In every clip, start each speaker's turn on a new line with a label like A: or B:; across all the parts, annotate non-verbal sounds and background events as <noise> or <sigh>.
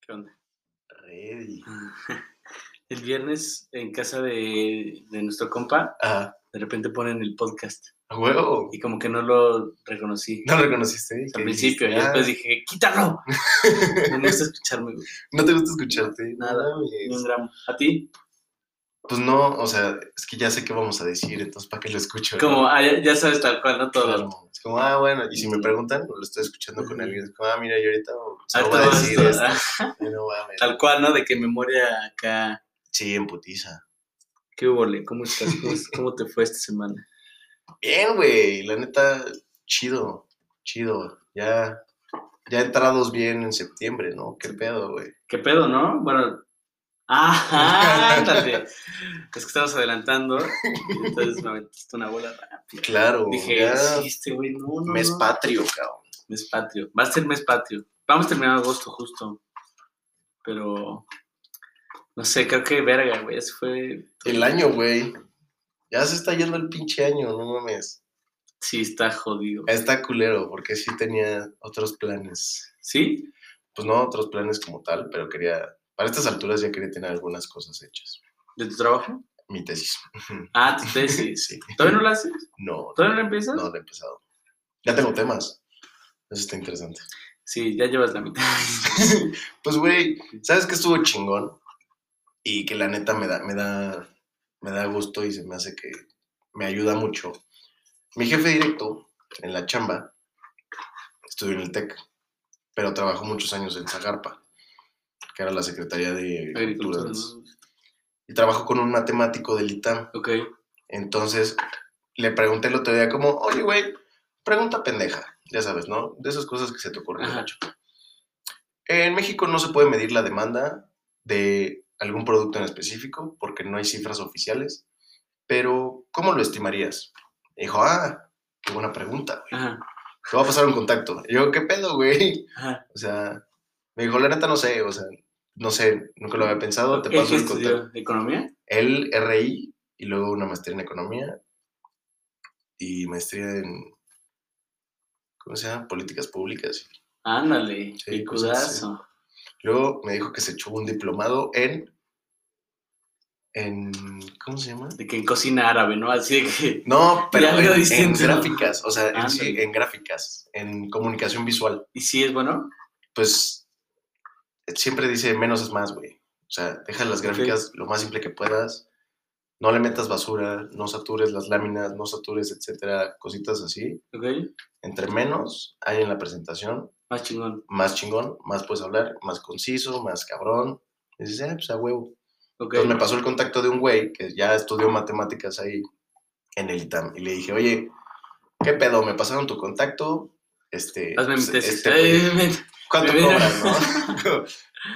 A: ¿Qué onda?
B: Ready.
A: El viernes en casa de, de nuestro compa,
B: Ah,
A: de repente ponen el podcast
B: a huevo.
A: y como que no lo reconocí.
B: No lo conociste.
A: al principio, y después dije,
B: <laughs>
A: quítalo. No me gusta escucharme, güey,
B: No te gusta escucharte.
A: Nada,
B: No mames.
A: ni un gramo. ¿A ti?
B: Pues no, o sea, es que ya sé qué vamos a decir, entonces ¿para qué lo escucho? no?
A: Como, ah, ya, ya sabes tal cual, ¿no? Todo.
B: Claro, Es como, ah, bueno, y si me preguntan, lo estoy escuchando con alguien. Es como, ah, mira, yo ahorita se
A: Ah,
B: lo voy a
A: todo
B: decir este.
A: esto,
B: esto.
A: ah,
B: Ay, No mames.
A: Tal cual, ¿no? De que memoria acá.
B: Sí, en putiza.
A: ¿Qué hubo, le? ¿Cómo estás? ¿Cómo, cómo te fue esta semana?
B: Bien, güey, la neta, chido, chido. Ya, ya entrados bien en septiembre, ¿no? ¿Qué pedo, güey?
A: ¿Qué pedo, no? Bueno. ¡Ah! ándale. Es que estamos adelantando. y Entonces me aventaste una
B: <laughs>
A: bola rápida.
B: Claro,
A: Dije,
B: ya
A: sí, este güey, no, no,
B: mes
A: no.
B: patrio, cabrón.
A: Mes patrio. Va a ser mes patrio. Vamos a terminar agosto justo. Pero. No sé, creo que verga, güey. Ese fue.
B: El año, güey. Ya se está yendo el pinche año, no mames.
A: Sí, está jodido.
B: Está culero, porque sí tenía otros planes.
A: ¿Sí?
B: Pues no otros planes como tal, pero quería. Para estas alturas ya quería tener algunas cosas hechas.
A: ¿De tu trabajo?
B: Mi tesis.
A: Ah, tu
B: <laughs>
A: tesis.
B: Sí.
A: ¿Todavía no la haces?
B: No,
A: ¿Todavía no la empiezas?
B: no, no he empezado. Ya tengo temas. Eso está interesante.
A: Sí, ya llevas la mitad.
B: <laughs> Pues, güey, ¿sabes qué estuvo chingón? Y que la neta me da, me da, me da gusto y se me hace que me ayuda mucho. Mi jefe directo en la chamba estudió en el TEC, pero trabajó muchos años en Zagarpa, que era la Secretaría de
A: <laughs>
B: Agricultura.
A: Agricultura, ¿no?
B: Y trabajó con un matemático del ITAM.
A: Ok.
B: Entonces, le pregunté el otro día como, oye, güey, pregunta pendeja, ya sabes, ¿no? De esas cosas que se te ocurren.
A: Ajá.
B: En México no se puede medir la demanda de algún producto en específico porque no hay cifras oficiales, pero ¿cómo lo estimarías? Y dijo, ah, qué buena pregunta, güey.
A: Ajá.
B: Te voy a pasar un contacto. Y yo, ¿qué pedo, güey?
A: Ajá.
B: O sea, me dijo, la neta no sé, o sea, no sé, nunca lo había pensado, te
A: ¿Él
B: paso
A: qué
B: el contacto.
A: estudió? ¿Economía?
B: Él, RI, y luego una maestría en economía y maestría en, ¿cómo se llama? Políticas públicas
A: Ándale,
B: Sí,
A: picudazo.
B: Luego me dijo que se echó un diplomado en. en ¿Cómo se llama?
A: De que en cocina árabe, ¿no? Así de que.
B: No, pero
A: Ya algo
B: en, en
A: distinto.
B: gráficas, o sea, en, sí,
A: Ándale.
B: en gráficas, en comunicación visual.
A: ¿Y sí es bueno?
B: Pues siempre dice menos es más, güey. O sea, deja las gráficas lo más simple que puedas, no le metas basura, no satures las láminas, no satures, etcétera, cositas así.
A: ¿Ok?
B: Entre menos hay en la presentación,
A: Más chingón.
B: más chingón, más puedes hablar, más conciso, más cabrón. Y dices, ah, pues a huevo.
A: ¿Ok?
B: Entonces Pues me pasó el contacto de un güey que ya estudió matemáticas ahí en el ITAM y le dije, oye, ¿qué pedo? Me pasaron tu contacto. Este,
A: Hazme mi
B: pues,
A: tesis.
B: este, güey,
A: Eh, <laughs> ven.
B: ¿Cuánto
A: me hubiera-
B: cobras, no?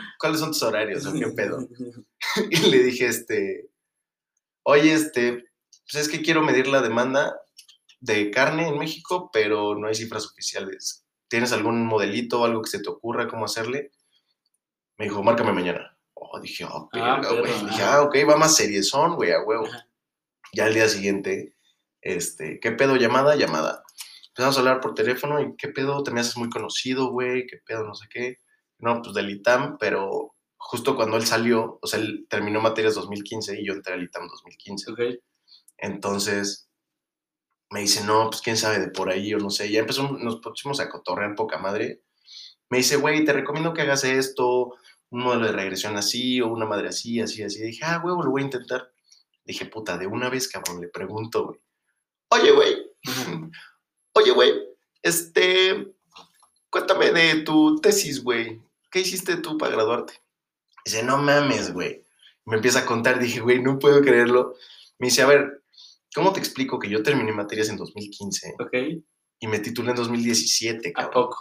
B: <laughs> ¿Cuáles son tus horarios o qué pedo? <laughs> Y le dije, este, oye, este, pues es que quiero medir la demanda de carne en México, pero no hay cifras oficiales. ¿Tienes algún modelito, algo que se te ocurra, cómo hacerle? Me dijo, márcame mañana. Oh, dije, oh,
A: Ah,
B: verga, güey.
A: perro,
B: dije,
A: ajá.
B: ah, ok, va más seriezón, güey, a huevo.
A: Ajá.
B: Ya al día siguiente, este, ¿qué pedo? Llamada, llamada. Empezamos a hablar por teléfono y, ¿qué pedo? Te me haces muy conocido, güey, ¿qué pedo? No sé qué. No, pues del ITAM, pero justo cuando él salió, o sea, él terminó materias 2015 y yo entré al ITAM 2015.
A: ¿Ok?
B: Entonces me dice, no, pues quién sabe de por ahí o no sé. Ya empezó, nos pusimos a cotorrear poca madre. Me dice, güey, te recomiendo que hagas esto, un modelo de regresión así o una madre así, así, así. Dije, ah, huevo, lo voy a intentar. Dije, puta, de una vez, cabrón, le pregunto, güey. Oye, güey. Oye, güey, este, cuéntame de tu tesis, güey. ¿Qué hiciste tú para graduarte? Dice, no mames, güey. Me empieza a contar, dije, güey, no puedo creerlo. Me dice, a ver, ¿cómo te explico que yo terminé materias en 2015
A: ¿Ok?
B: y me titulé en 2017,
A: ¿A
B: cabrón?
A: poco?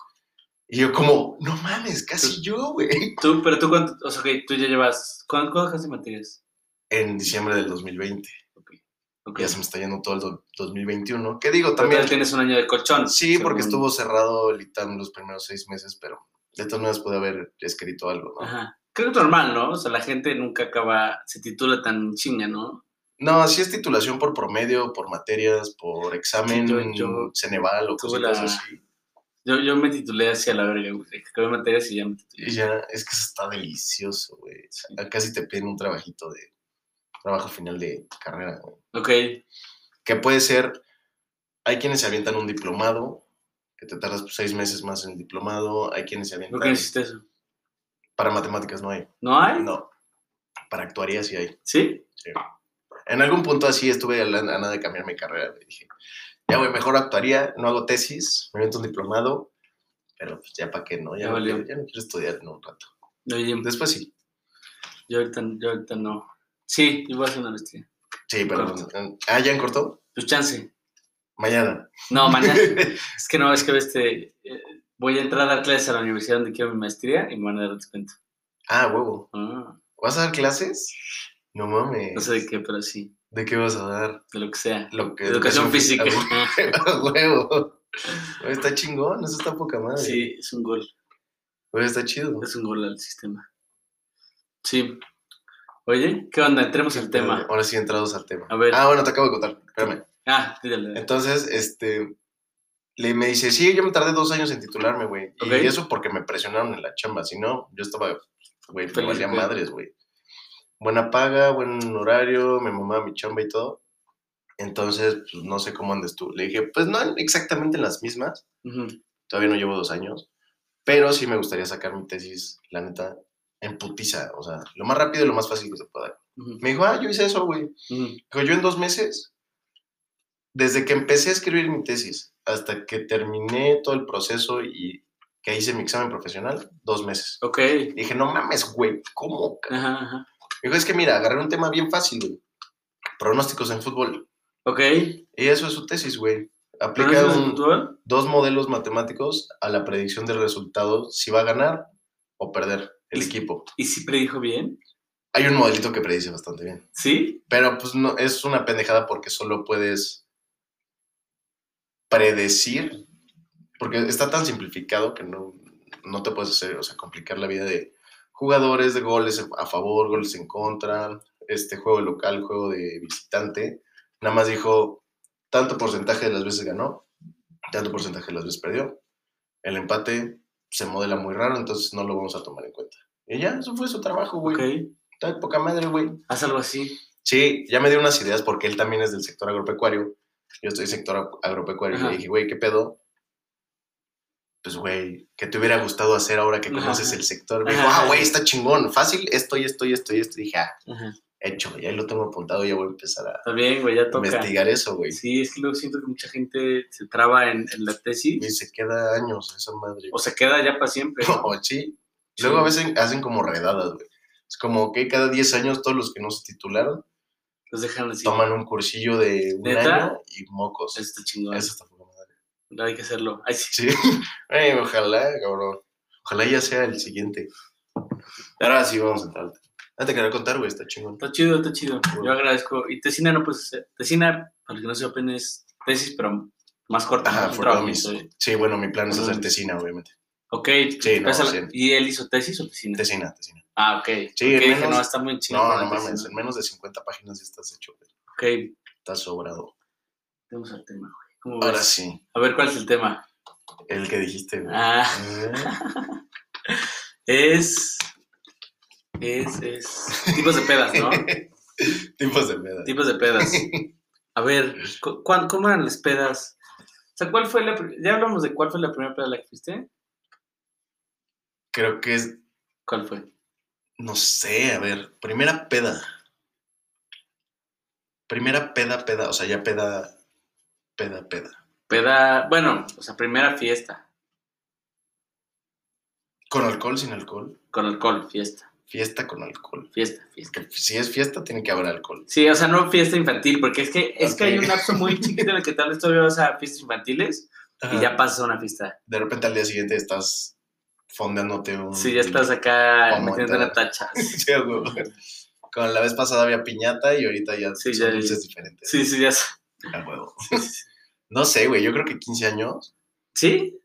B: Y yo como, no mames, casi yo, güey.
A: ¿Tú, pero tú cuánto? O sea, que tú ya llevas. ¿Cuánto cuánto dejaste materias?
B: En diciembre del 2020.
A: ¿Ok?
B: Ya se me está yendo todo el do- 2021. ¿Qué digo?
A: Pero
B: También...
A: todavía tienes un año de colchón.
B: Sí, porque
A: según-
B: estuvo cerrado el ITAM los primeros seis meses, pero de todas maneras pude haber escrito algo, ¿no?
A: Ajá. Creo que es normal, ¿no? O sea, la gente nunca acaba, se titula tan chinga, ¿no?
B: No, sí es titulación por promedio, por materias, por examen,
A: yo- yo
B: Ceneval o
A: tuve
B: cositas
A: la-
B: así.
A: Yo, yo me titulé así a la verga, güey. Acabé materias y ya me titulé.
B: Y ya, es que eso está delicioso, güey. O sea, casi te piden un trabajito de trabajo final de carrera, güey.
A: Ok,
B: Que puede ser, hay quienes se avientan un diplomado, que te tardas pues, seis meses más en el diplomado, hay quienes se
A: ¿por
B: avientan...
A: qué hiciste eso?
B: Para matemáticas no hay.
A: ¿No hay?
B: No. Para actuaría sí hay.
A: ¿Sí?
B: En algún punto así estuve a, la- a nada de cambiar mi carrera. güey. Dije, ya, güey, mejor actuaría, no hago tesis, me meto un diplomado, pero pues ya para qué, ¿no? Ya,
A: Ya
B: no
A: valió.
B: quiero- ya no quiero estudiar en un rato.
A: Oye,
B: Después sí.
A: yo ahorita, yo ahorita no. Sí, yo voy a hacer una maestría.
B: Sí, pero...
A: Corto.
B: Ah, ¿ya en corto?
A: Pues chance.
B: Mañana.
A: No, mañana. es que no, es que este, eh, voy a entrar a dar clases a la universidad donde quiero mi maestría y me van a dar descuento.
B: Ah, huevo.
A: Ah,
B: ¿Vas a dar clases? No mames.
A: no sé de qué, pero sí,
B: ¿De qué vas a dar?
A: de lo que sea.
B: Lo que-
A: Educación física.
B: <laughs> A huevo. Güey, Está chingón, eso está poca madre.
A: sí, es un gol.
B: Güey, está chido.
A: Es un gol al sistema. Sí. Oye, ¿qué onda? Entremos al tema.
B: Ahora sí, entrados al tema.
A: A ver.
B: Ah, bueno, te acabo de contar. Espérame.
A: Ah, dígale.
B: Entonces, este, le me dice, sí, yo me tardé dos años en titularme, güey.
A: Ok.
B: Y eso porque me presionaron en la chamba, si no, yo estaba, güey, me
A: Feliz,
B: valía
A: güey.
B: madres, güey. Buena paga, buen horario, me mamaba mi chamba y todo. Entonces, pues no sé cómo andes tú. Le dije, pues no exactamente las mismas,
A: Ujú.
B: todavía no llevo dos años, pero sí me gustaría sacar mi tesis, la neta, en putiza, o sea, lo más rápido y lo más fácil que se pueda.
A: Ujú.
B: Me dijo, ah, yo hice eso, güey.
A: Ujú.
B: Dijo, yo en dos meses, desde que empecé a escribir mi tesis hasta que terminé todo el proceso y que hice mi examen profesional, dos meses.
A: Ok.
B: Dije, no mames, güey, ¿cómo? ca-?"
A: Ajá, ajá.
B: Dijo, es que mira, agarré un tema bien fácil, güey. Pronósticos en fútbol.
A: Ok.
B: Y eso es su tesis, güey.
A: ¿Pero eso
B: Aplica
A: es
B: un-
A: fútbol?
B: dos modelos matemáticos a la predicción del resultado, si va a ganar o perder el
A: Y-
B: equipo.
A: ¿Y si predijo bien?
B: Hay un modelito que predice bastante bien.
A: ¿Sí?
B: Pero pues no, es una pendejada porque solo puedes predecir, porque está tan simplificado que no, no te puedes hacer, o sea, complicar la vida de jugadores, de goles a favor, goles en contra, este juego local, juego de visitante. Nada más dijo, tanto porcentaje de las veces ganó, tanto porcentaje de las veces perdió. El empate se modela muy raro, entonces no lo vamos a tomar en cuenta. Y ya, eso fue su trabajo, güey.
A: Ok.
B: Está de poca madre, güey.
A: Haz algo así.
B: Sí, ya me dio unas ideas porque él también es del sector agropecuario. Yo estoy sector ag- agropecuario. Y
A: Ajá.
B: le dije, güey, ¿qué pedo? Pues, güey, ¿qué te hubiera gustado hacer ahora que
A: Ajá,
B: conoces
A: ajá.
B: el sector? Me dijo,
A: Ajá,
B: ah,
A: ajá.
B: güey, está chingón, fácil, esto y esto y esto y esto. Y dije, ah,
A: Ajá.
B: hecho, ya lo tengo apuntado, ya voy a empezar a
A: Está bien, güey, ya toca.
B: investigar eso, güey.
A: Sí, es que luego siento que mucha gente se traba en, en la tesis
B: Y se queda años esa madre.
A: o se queda ya para siempre.
B: <laughs> O sí. Luego a veces hacen como redadas, güey. Es como que cada 10 años todos los que no se titularon
A: Los dejan así.
B: toman un cursillo de un
A: ¿Neta?
B: año y mocos.
A: Eso está chingón.
B: Eso está poca madre.
A: Hay que hacerlo. Ay, sí.
B: Sí. <laughs> Ay, ojalá, cabrón. Ojalá ya sea el siguiente. Ahora sí vamos a entrar. Ah, te quería contar, güey, está chingón.
A: Está chido, está chido. Yo
B: Bueno.
A: agradezco. Y tesina no puedes hacer. Tesina, para los que no se open, es tesis, pero más corta.
B: Ajá,
A: un
B: for
A: trabajo,
B: dummies.
A: sí.
B: Sí, bueno, mi plan es
A: Perdón.
B: hacer tesina, obviamente.
A: Ok.
B: Sí, no,
A: Pasa la-
B: sí.
A: ¿Y él hizo tesis o tesina?
B: Tesina, tesina.
A: Ah, ok.
B: Sí,
A: Ok,
B: en
A: dije,
B: menos-
A: no, está muy chido.
B: no,
A: para
B: no
A: tesina.
B: mames, en menos de 50 páginas ya estás hecho, güey.
A: Ok,
B: Estás sobrado.
A: tenemos al tema, güey. ¿Cómo
B: Ahora
A: ves?
B: sí,
A: A ver, ¿cuál es el tema?
B: el que dijiste, güey. <laughs>
A: Ah,
B: Ah,
A: es... Es, es... Tipos de pedas, ¿no?
B: Tipos de meda.
A: Tipos de
B: <laughs>
A: pedas. A ver, cu- cuán- ¿cómo eran las pedas? O sea, ¿cuál fue la... pri- Ya hablamos de cuál fue la primera peda a la que fuiste.
B: Creo que es,
A: ¿Cuál fue?
B: no sé, a ver, primera peda. Primera peda, peda, o sea, ya peda, peda, peda.
A: Peda... Bueno, o sea, primera fiesta.
B: Con alcohol, sin alcohol.
A: Con alcohol, fiesta.
B: Fiesta con alcohol.
A: Fiesta, fiesta.
B: Que si es fiesta, tiene que haber alcohol.
A: Sí, o sea, no fiesta infantil, porque es que, es que hay
B: Ok.
A: un lapso muy chiquito en el que tal vez todavía vas a fiestas infantiles y ya pasas a una fiesta
B: De repente al día siguiente estás fondeándote un.
A: Sí, ya estás acá
B: Como
A: metiendo la
B: entrar.
A: tacha.
B: <laughs> Sí, a huevo. Con la vez pasada había piñata y ahorita ya
A: Sí,
B: son
A: ya-
B: dulces diferentes.
A: Sí, sí, ya. sé.
B: A huevo.
A: Sí, sí.
B: <laughs> No sé, güey. Yo creo que 15 años.
A: ¿Sí?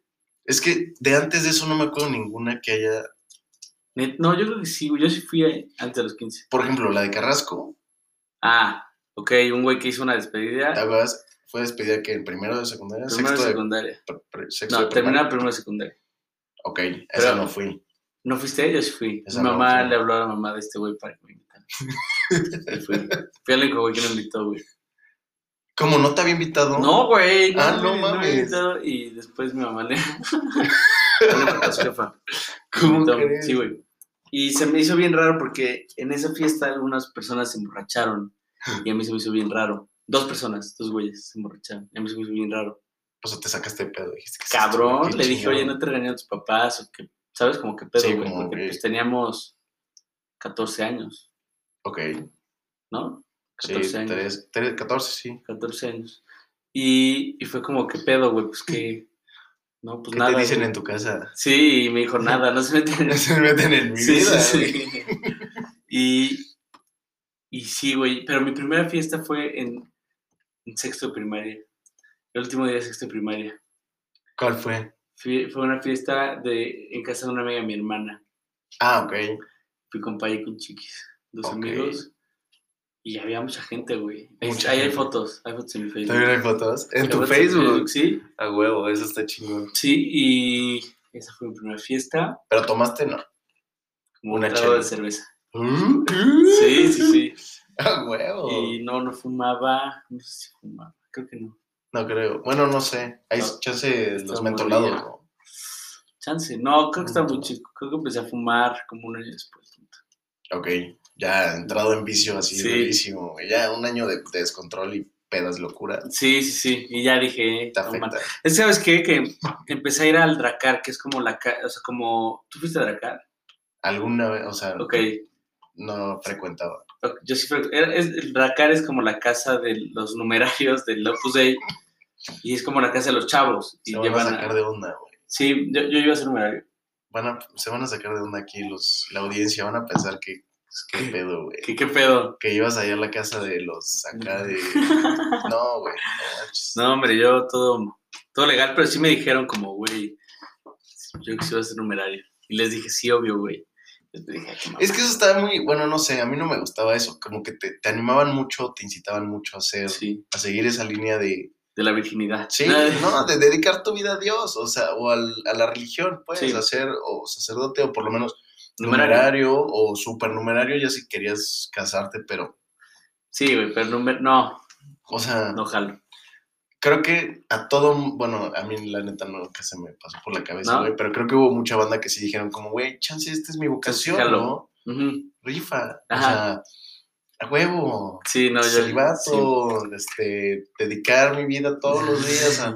B: Es que de antes de eso no me acuerdo ninguna que haya.
A: Ne- No, yo creo que sí, güey. Yo sí fui eh, antes de los 15.
B: Por ejemplo, la de Carrasco.
A: Ah, ok, un güey que hizo una despedida.
B: ¿Te acuerdas? Fue despedida que en primero de secundaria,
A: Primero de
B: sexto de,
A: secundaria.
B: pr- pr- sexto
A: No,
B: de primaria.
A: terminaba primero de secundaria.
B: Ok,
A: Pero-
B: esa no fui.
A: ¿No fuiste? Yo sí fui.
B: Esa
A: Mi
B: no,
A: mamá
B: sí.
A: le habló a la mamá de este güey para que me invitara. Y fui. Fui al único güey que me invitó, güey.
B: ¿Cómo no te había invitado?
A: No, güey.
B: Ah, no
A: güey,
B: mames.
A: me invitó. y después mi mamá
B: <laughs>
A: le. le contó a su jefa.
B: ¿Cómo
A: Entonces,
B: crees?
A: Sí, güey. Y se me hizo bien raro porque en esa fiesta algunas personas se emborracharon
B: Ah.
A: y a mí se me hizo bien raro. Dos personas, dos güeyes se emborracharon. y A mí se me hizo bien raro.
B: O sea, te sacaste de pedo. Dijiste que
A: Cabrón, le dije, oye, no te regañé a tus papás o que, ¿sabes? Como que pedo,
B: Sí,
A: güey,
B: como,
A: porque
B: güey.
A: pues teníamos 14 años,
B: Ok,
A: ¿no? 14
B: sí,
A: años. Pues
B: 3, 14, sí.
A: 14 años. Y, y fue como, ¿qué pedo, güey? Pues que, no, pues
B: ¿Qué
A: nada.
B: te dicen
A: güey.
B: en tu casa? <laughs>
A: Sí, y me dijo, nada, no se meten en
B: No se meten <laughs> en mi
A: Sí,
B: vida.
A: sí,
B: güey.
A: sí. Y, y sí, güey. Pero mi primera fiesta fue en, en sexto de primaria. El último día de sexto de primaria.
B: ¿Cuál fue?
A: Fui- fue una fiesta de, en casa de una amiga de mi hermana.
B: Ah, ok.
A: Fui con Pai y con Chiquis, dos
B: Ok.
A: amigos. Y había mucha gente, güey. Ahí,
B: Mucha
A: ahí hay
B: gente.
A: fotos, hay fotos en mi Facebook.
B: ¿También hay fotos? En
A: Hay
B: tu
A: fotos en mi
B: Facebook.
A: Sí,
B: A huevo, eso está chingón.
A: sí. Y esa fue mi primera fiesta.
B: Pero tomaste, no.
A: Como
B: Una
A: un trago de
B: chela.
A: cerveza.
B: Sí,
A: Sí, sí, sí.
B: <laughs> A huevo.
A: Y no, no fumaba. No sé si fumaba. Creo que no.
B: No creo. Bueno, no sé. Hay
A: No.
B: chance de
A: Está
B: los
A: muy
B: mentolados,
A: bien.
B: ¿no?
A: Chance, no, creo que estaba muy
B: Punto.
A: chico. Creo que empecé a fumar como un año después.
B: Ok, ya entrado en vicio así,
A: Sí.
B: durísimo, güey. Ya un año de, de descontrol y pedas locura.
A: Sí, sí, sí. Y ya dije, eh,
B: Te
A: no mames.
B: afecta.
A: Es que, ¿sabes qué? Que empecé a ir al Dracar, que es como la. ca- O sea, como. ¿Tú fuiste a Dracar?
B: Alguna vez, o sea,
A: Ok.
B: no frecuentaba.
A: ok, Yo sí fui. era- es- el Dracar es como la casa de los numerarios del Opus Dei. Y es como la casa de los chavos. Y
B: Se van a
A: llevan a-
B: sacar de onda, güey.
A: Sí, yo, yo iba a ser numerario.
B: Van a- se van a sacar de onda aquí los, la audiencia, van a pensar que, pues,
A: <laughs>
B: qué pedo, güey.
A: ¿Qué, qué pedo?
B: Que ibas allá a la casa de los acá
A: <laughs>
B: de. No, güey. no manches.
A: No, hombre, yo todo, todo legal, pero sí me dijeron como, güey, yo que sí iba a ser numerario. Y les dije, sí, obvio, güey. Les dije, "Ay, qué mamada".
B: Es que eso estaba muy, bueno, no sé, a mí no me gustaba eso, como que te, te animaban mucho, te incitaban mucho a hacer,
A: Sí,
B: a seguir esa línea de,
A: de la virginidad.
B: sí,
A: Ah,
B: no, de dedicar tu vida a Dios, o sea, o al- a la religión, pues,
A: Sí.
B: a ser o sacerdote, o por lo menos numerario,
A: numerario.
B: o supernumerario, ya si querías casarte, pero,
A: Sí, güey, pero numer- no,
B: o sea,
A: no jalo.
B: creo que a todo, bueno, a mí la neta nunca se me pasó por la cabeza,
A: ¿No?
B: güey, pero creo que hubo mucha banda que sí dijeron como, güey, chance, esta es mi vocación,
A: jalo.
B: ¿no?
A: Ujú.
B: Rifa,
A: Ajá.
B: o sea, a huevo.
A: Sí, no, yo. sí.
B: celibato, este, dedicar mi vida todos los días a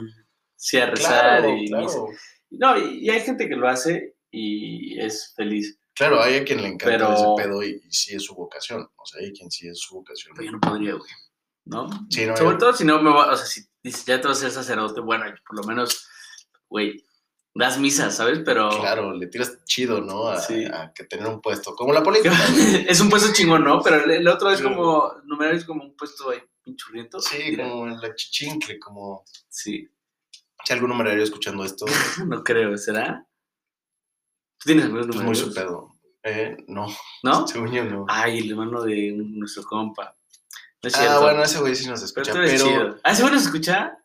A: Sí, a <laughs> rezar.
B: claro,
A: y,
B: claro.
A: No, y, y hay gente que lo hace y es feliz.
B: Claro, hay a quien le encanta
A: Pero-
B: ese pedo y, y sí es su vocación, o sea, hay quien sí es su vocación.
A: Pero yo no podría, güey. ¿No?
B: Sí, no,
A: Sobre
B: yo-
A: todo si no me va, o sea, si dices, ya te vas a ser sacerdote, bueno, por lo menos, güey, das misas, ¿sabes? Pero.
B: claro, le tiras chido, ¿no? A,
A: Sí.
B: a que tener un puesto, como la
A: <laughs>
B: política.
A: <laughs> es un puesto chingón, ¿no? Pero el, el otro es
B: Claro.
A: como, numerario es como un puesto ahí, pinchurriento.
B: Sí,
A: Mira,
B: como la chichincle, como
A: Sí, <laughs>
B: si algún numerario escuchando esto,
A: no creo, ¿será? ¿Tú tienes amigos
B: pues muy
A: numerarios?
B: su pedo. Eh, no, <laughs>
A: ¿no?
B: según yo no.
A: Ay, el hermano de un- nuestro compa. No Ah, es
B: Ah,
A: cierto.
B: bueno, ese güey sí nos
A: pero
B: escucha,
A: tú
B: pero...
A: eres chido. Ah, ¿se bueno escucha?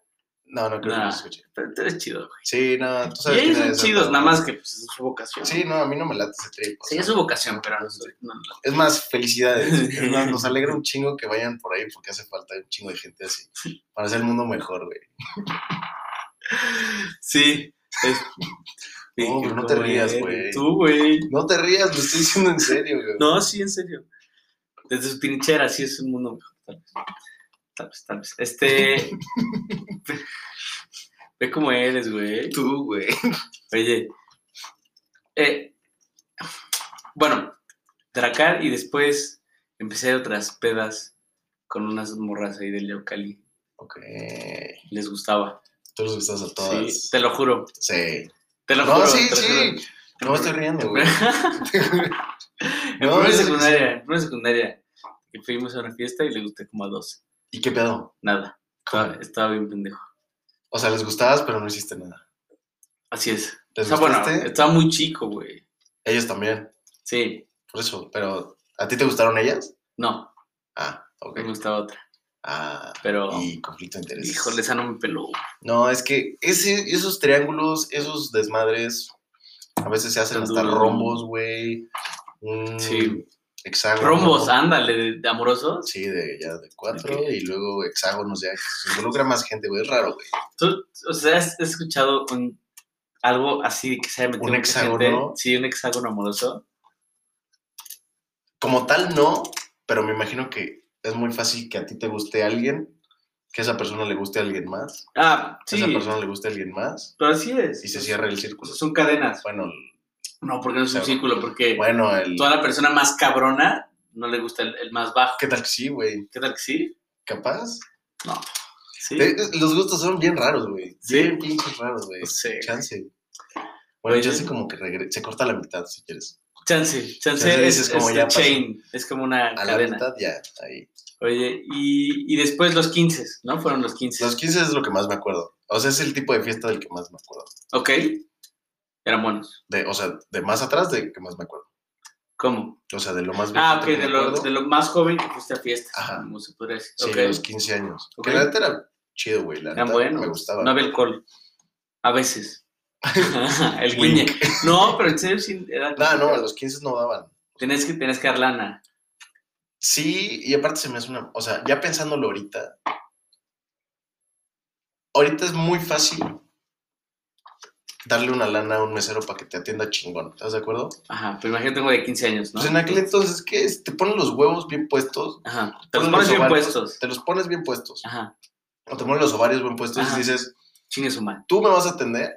B: No, no creo que
A: Nah.
B: nos escuche.
A: Pero tú eres chido, güey.
B: Sí, no, tú
A: Y
B: sabes
A: ellos
B: quién
A: son
B: eres,
A: chidos,
B: ¿no?
A: nada más que pues, es su vocación.
B: Sí, no, a mí no me late ese trip. o
A: Sí,
B: sea,
A: es su vocación, pero no, no, no.
B: Es más,
A: <laughs>
B: felicidades. Es más, nos alegra un chingo que vayan por ahí porque hace falta un chingo de gente así. Para hacer el mundo mejor, güey.
A: Sí. <laughs> es-
B: No, pero no te
A: ¿Cómo
B: rías,
A: eres
B: güey.
A: Tú, güey.
B: No te rías, lo estoy diciendo en serio, güey.
A: No, sí, en serio. Desde su trinchera, sí es un mundo mejor, tal vez. Tal vez, tal vez. <laughs> Este. Ve cómo eres, güey.
B: Tú, güey.
A: Oye. eh, bueno, Dracar y después empecé a ir a otras pedas con unas morras ahí del Leocali.
B: Ok.
A: Les gustaba.
B: Tú los gustas a todas.
A: Sí,
B: Sí.
A: te lo juro. Te lo
B: No,
A: juro.
B: sí,
A: te lo
B: sí.
A: juro.
B: No me estoy riendo, güey.
A: <laughs> en
B: No,
A: primera
B: es que
A: secundaria, en primera secundaria. Y fuimos a una fiesta y le gusté como a 12.
B: ¿Y qué pedo?
A: Nada. Estaba, estaba bien pendejo.
B: O sea, les gustabas, pero no hiciste nada.
A: Así es. O
B: ¿Les
A: sea, bueno,
B: gustaste?
A: estaba muy chico, güey.
B: Ellos también.
A: Sí,
B: Por eso. Pero, ¿a ti te gustaron ellas?
A: no,
B: Ah, ok.
A: me gustaba otra.
B: Ah,
A: Pero,
B: y conflicto de intereses.
A: híjole, esa no me peló.
B: No, es que ese, esos triángulos, esos desmadres, a veces se hacen hasta
A: Duros.
B: rombos, güey. un
A: Sí.
B: Hexágono.
A: Rombos, ándale, de, de amorosos.
B: Sí, de, ya de cuatro.
A: Ok.
B: Y luego hexágonos, ya que se involucra más gente, güey. Es raro, güey.
A: ¿Tú, o sea, has has escuchado un- algo así que se haya metido
B: ¿Un
A: mucha
B: hexágono?
A: Sí, un hexágono amoroso.
B: Como tal, no, pero me imagino que es muy fácil que a ti te guste alguien, que a esa persona le guste a alguien más,
A: Ah,
B: que a esa
A: sí,
B: persona le guste a alguien más,
A: pero así es.
B: y se cierra el círculo.
A: Pues Son cadenas.
B: Bueno, el-
A: No, porque no es un
B: Claro.
A: círculo, porque
B: bueno, el.
A: toda la persona más cabrona no le gusta el, el más bajo.
B: ¿Qué tal que sí, güey?
A: ¿Qué tal que sí?
B: ¿Capaz?
A: Sí.
B: Te- Los gustos son bien raros, güey.
A: Sí. Pues
B: Bien pinches raros, güey.
A: No sé.
B: Chance. Bueno,
A: Oye.
B: yo sé como que regre- se corta la mitad, si quieres.
A: Chance, chance,
B: Chance
A: es,
B: dices
A: es
B: como
A: un
B: ya pasó.
A: chain, es como una
B: A la
A: cadena.
B: mitad, ya, ahí.
A: Oye, y, y después los 15, ¿no? Fueron los 15.
B: Los 15 es lo que más me acuerdo. O sea, es el tipo de fiesta del que más me acuerdo.
A: Ok. Eran buenos.
B: De, o sea, de más atrás, de que más me acuerdo.
A: ¿Cómo?
B: O sea, de lo más
A: Ah, ok, de
B: viejito que me
A: lo,
B: acuerdo.
A: de lo más joven que fuiste a fiestas,
B: Ajá.
A: como se podría decir.
B: Sí,
A: Ok.
B: los 15 años.
A: Ok.
B: Que la neta era chido, güey. La
A: Eran
B: neta
A: buenos.
B: me gustaba.
A: No había alcohol. A
B: <laughs>
A: veces. <laughs> El guiñe.
B: Wink.
A: No, pero en serio sí era.
B: No, no, a los 15 no daban.
A: Tenías que, tenías que dar lana.
B: Sí, y aparte se me hace una. O sea, ya pensándolo ahorita. Ahorita es muy fácil darle una lana a un mesero para que te atienda chingón. ¿Estás de acuerdo?
A: Ajá, pero imagínate tengo de 15 años, ¿no?
B: Pues en aquel entonces, ¿qué es? Te ponen los huevos bien puestos.
A: Ajá. Te los
B: ponen
A: pones bien
B: ovarios,
A: puestos.
B: Te los pones bien puestos.
A: Ajá.
B: O te ponen los ovarios bien puestos
A: Ajá.
B: y dices,
A: Chingue su madre.
B: tú me vas a atender,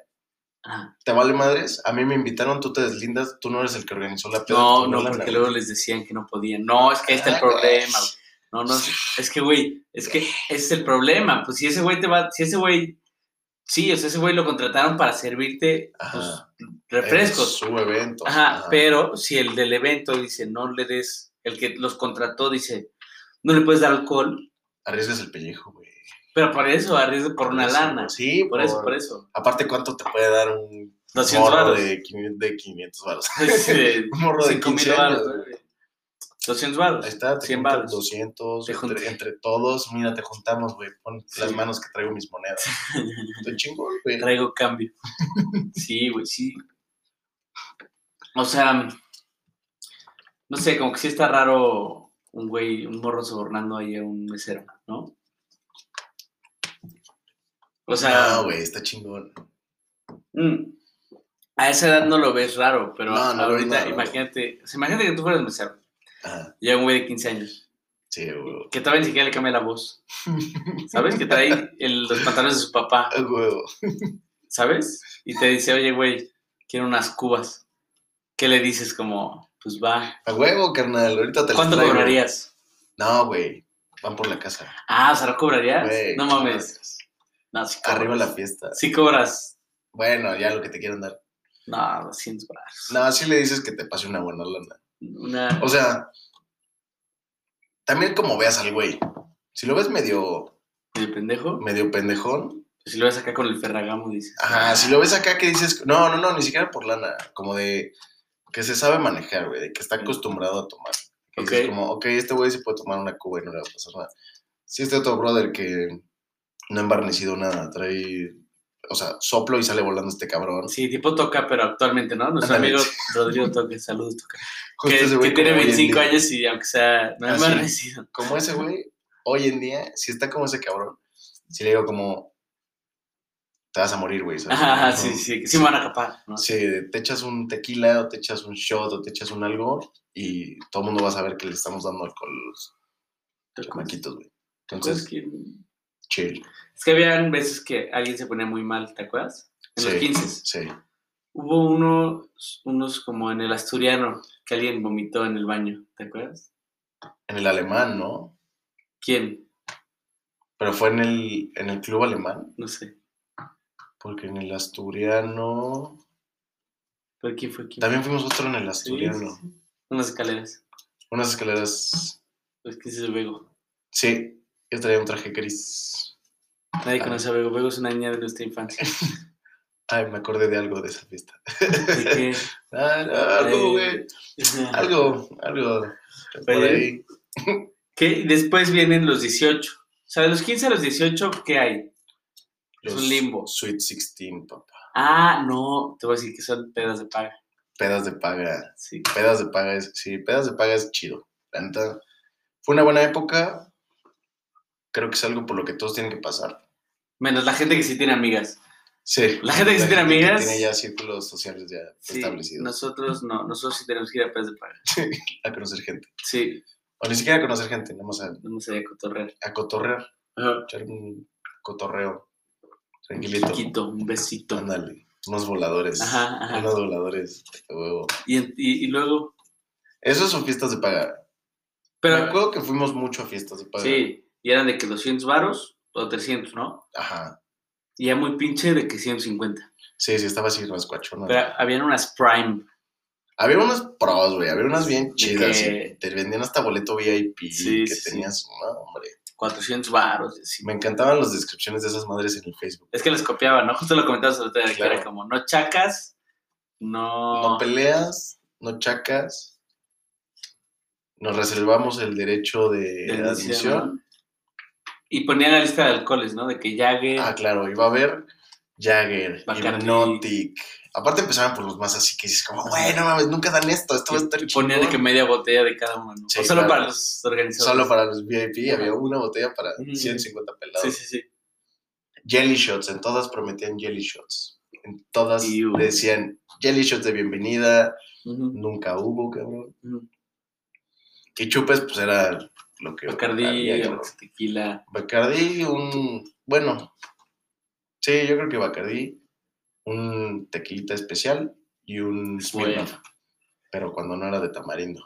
A: Ajá.
B: te vale madres, a mí me invitaron, tú te deslindas, tú no eres el que organizó la peda.
A: No,
B: tú
A: no, porque
B: la organizas".
A: luego les decían que no podían. No, es que ahí está el
B: Ah, güey.
A: problema. güey. No, no, es que, güey, es que ese es el problema. Pues si ese güey te va, si ese güey, sí, o sea, ese güey lo contrataron para servirte pues,
B: Ajá.
A: refrescos.
B: Es su evento.
A: Ajá, pero si el del evento dice, no le des, el que los contrató dice, no le puedes dar alcohol,
B: Arriesgas el pellejo, güey.
A: pero para eso arriesga por una
B: eso,
A: lana.
B: güey. Sí,
A: Por eso, por eso.
B: Aparte, ¿cuánto te puede dar un
A: 200
B: morro
A: baros.
B: de 500, de 500 varos?
A: Este,
B: <laughs> Un morro de
A: 5 mil
B: 15 años.
A: baros.
B: güey.
A: güey. 200
B: Ahí
A: baros.
B: está, te
A: 100
B: juntas
A: varos.
B: 200,
A: Te juntas.
B: entre, entre todos, mira, te juntamos, güey, pon
A: Sí.
B: las manos que traigo
A: <laughs>
B: mis monedas. Estoy chingón, güey.
A: Traigo
B: <laughs>
A: cambio. Sí, güey, sí. O sea, no sé, como que sí está raro un güey, un morro sobornando ahí a un mesero, ¿no? O sea,
B: No, güey, está chingón.
A: mm, a esa edad no lo ves raro, pero
B: No, no lo ves
A: ahorita
B: raro.
A: imagínate, o sea, imagínate que tú fueras mesero,
B: Ajá,
A: ya un güey de 15 años,
B: Ah, sí, güey.
A: que todavía ni siquiera le cambia la voz, ¿sabes? Que trae el- los pantalones de su papá,
B: A huevo.
A: ¿sabes? Y te dice, oye, güey, quiero unas cubas. ¿Qué le dices? Como, pues va.
B: A huevo, carnal, ahorita te las
A: ¿Cuánto
B: traigo.
A: cobrarías?
B: No, güey, van por la casa.
A: Ah, o sea, ¿no cobrarías?
B: Güey,
A: no mames. No, sí cobras.
B: Arriba la fiesta.
A: Sí cobras.
B: Bueno, ya lo que te quieran dar.
A: No, 200 baros.
B: No, así le dices que te pase una buena lana.
A: Una...
B: O sea, también como veas al güey. Si lo ves medio,
A: ¿De pendejo?
B: medio pendejón,
A: Si lo ves acá con el ferragamo, dices. "Ah,
B: Ajá, si lo ves acá que dices, no, no, no, ni siquiera por lana, como de que se sabe manejar, güey, de que está acostumbrado a tomar. Que dices
A: Ok.
B: como, ok, este güey se puede tomar una cuba y no le va a pasar nada. Si este otro brother que no ha embarnecido nada, trae, o sea, soplo y sale volando este cabrón.
A: Sí, tipo toca, pero actualmente, ¿no? Nuestro
B: Ándale.
A: amigo Rodrigo Toque, saludos, Toca.
B: Justo
A: Que,
B: ese güey
A: que tiene
B: como hoy en
A: 25
B: día-
A: años y aunque sea, no
B: Ah,
A: me
B: sí.
A: ha <laughs> merecido.
B: Como ese güey, hoy en día, si está como ese cabrón, si le digo como, te vas a morir, güey. ¿sabes?
A: Ajá,
B: Como-
A: Ah, sí, sí, que sí me van a capar, ¿no?
B: Sí, te echas un tequila o te echas un shot o te echas un algo y todo el mundo va a saber que le estamos dando alcohol a los chamaquitos, güey.
A: Entonces,
B: Entonces, chill.
A: Es que habían veces que alguien se ponía muy mal, ¿te acuerdas? En los
B: Sí.
A: 15.
B: Sí.
A: Hubo unos, unos como en el asturiano que alguien vomitó en el baño, ¿te acuerdas?
B: En el alemán, ¿no?
A: ¿Quién?
B: Pero fue en el, en el club alemán,
A: No sé.
B: porque en el asturiano...
A: ¿Pero quién fue quién?
B: También fuimos otro en el
A: Sí, sí,
B: asturiano.
A: sí. Unas escaleras.
B: Unas escaleras...
A: Los 15 de Bego.
B: Sí, yo traía un traje gris.
A: Nadie
B: Ah.
A: conoce a Bego. Bego es una niña de nuestra infancia.
B: Ay, me acordé de algo de esa fiesta. <laughs>
A: Así que,
B: Ah, no, algo,
A: Ay.
B: güey. Algo, algo. Por
A: Oye.
B: ahí.
A: ¿Qué? Y Después vienen los 18, O sea, de los 15 a los 18, ¿qué hay? Es
B: Los
A: un limbo.
B: Sweet 16, papá.
A: Ah, no, te voy a decir que son pedas de paga.
B: Pedas de paga.
A: Sí.
B: Pedas de paga es. Sí, pedas de paga es chido. La neta. Fue una buena época. Creo que es algo por lo que todos tienen que pasar.
A: Menos la gente que sí tiene amigas.
B: Sí.
A: <laughs> La gente que sí tiene
B: gente
A: amigas.
B: Tiene ya círculos sociales ya
A: Sí,
B: establecidos.
A: nosotros no, nosotros sí tenemos que ir a pedas de paga.
B: A conocer gente.
A: Sí,
B: O ni siquiera a conocer gente, nada más a,
A: vamos a ir a cotorrear.
B: a cotorrear.
A: Ajá.
B: Echar un cotorreo. Tranquilito.
A: Quito, un besito.
B: Ándale. Unos voladores.
A: Ajá, ajá.
B: Unos voladores. a huevo.
A: Y, en- y- y luego,
B: Esos son fiestas de paga. Pero me
A: pero
B: acuerdo que fuimos mucho a fiestas de paga.
A: sí, y eran de que 200 varos o 300, ¿no?
B: Ajá.
A: Y ya muy pinche de que 150.
B: Sí, sí, estaba así rascuachona.
A: Pero habían unas Prime.
B: Había unas pros, güey. Había unas bien chidas.
A: que-
B: y Te vendían hasta boleto VIP.
A: Sí,
B: que
A: sí, sí.
B: tenías. No, hombre.
A: 400 varos. así.
B: Me encantaban las descripciones de esas madres en el Facebook.
A: Es que las copiaban, ¿no? Justo lo comentabas el otro día, que
B: Claro.
A: era como, no chacas, no...
B: No peleas, no chacas. Nos reservamos el derecho de
A: de
B: admisión.
A: admisión. Y ponían la lista de alcoholes, ¿no? De que Jagger,
B: Ah, claro, iba a haber Jagger,
A: Bacardi.
B: Hypnotic. Aparte empezaban por los más así que dices como, bueno, mames, nunca dan esto, esto va a estar
A: y ponían de que
B: chingón".
A: media botella de cada uno.
B: Sí,
A: o solo
B: claro.
A: para los organizadores.
B: Solo para los VIP
A: Ajá.
B: había una botella para
A: Mm.
B: 150
A: Sí,
B: pelados.
A: sí, sí.
B: Jelly shots, en todas prometían jelly shots. En todas
A: Iu.
B: decían jelly shots de bienvenida,
A: Ujú,
B: nunca hubo, cabrón.
A: ujú.
B: Y chupes, pues era lo que.
A: Bacardí,
B: había, cabrón.
A: tequila.
B: Bacardí, un. Bueno. Sí, yo creo que Bacardí, un tequilita especial y un
A: Pues,
B: Smirnoff.
A: Bueno.
B: Pero cuando no era de tamarindo.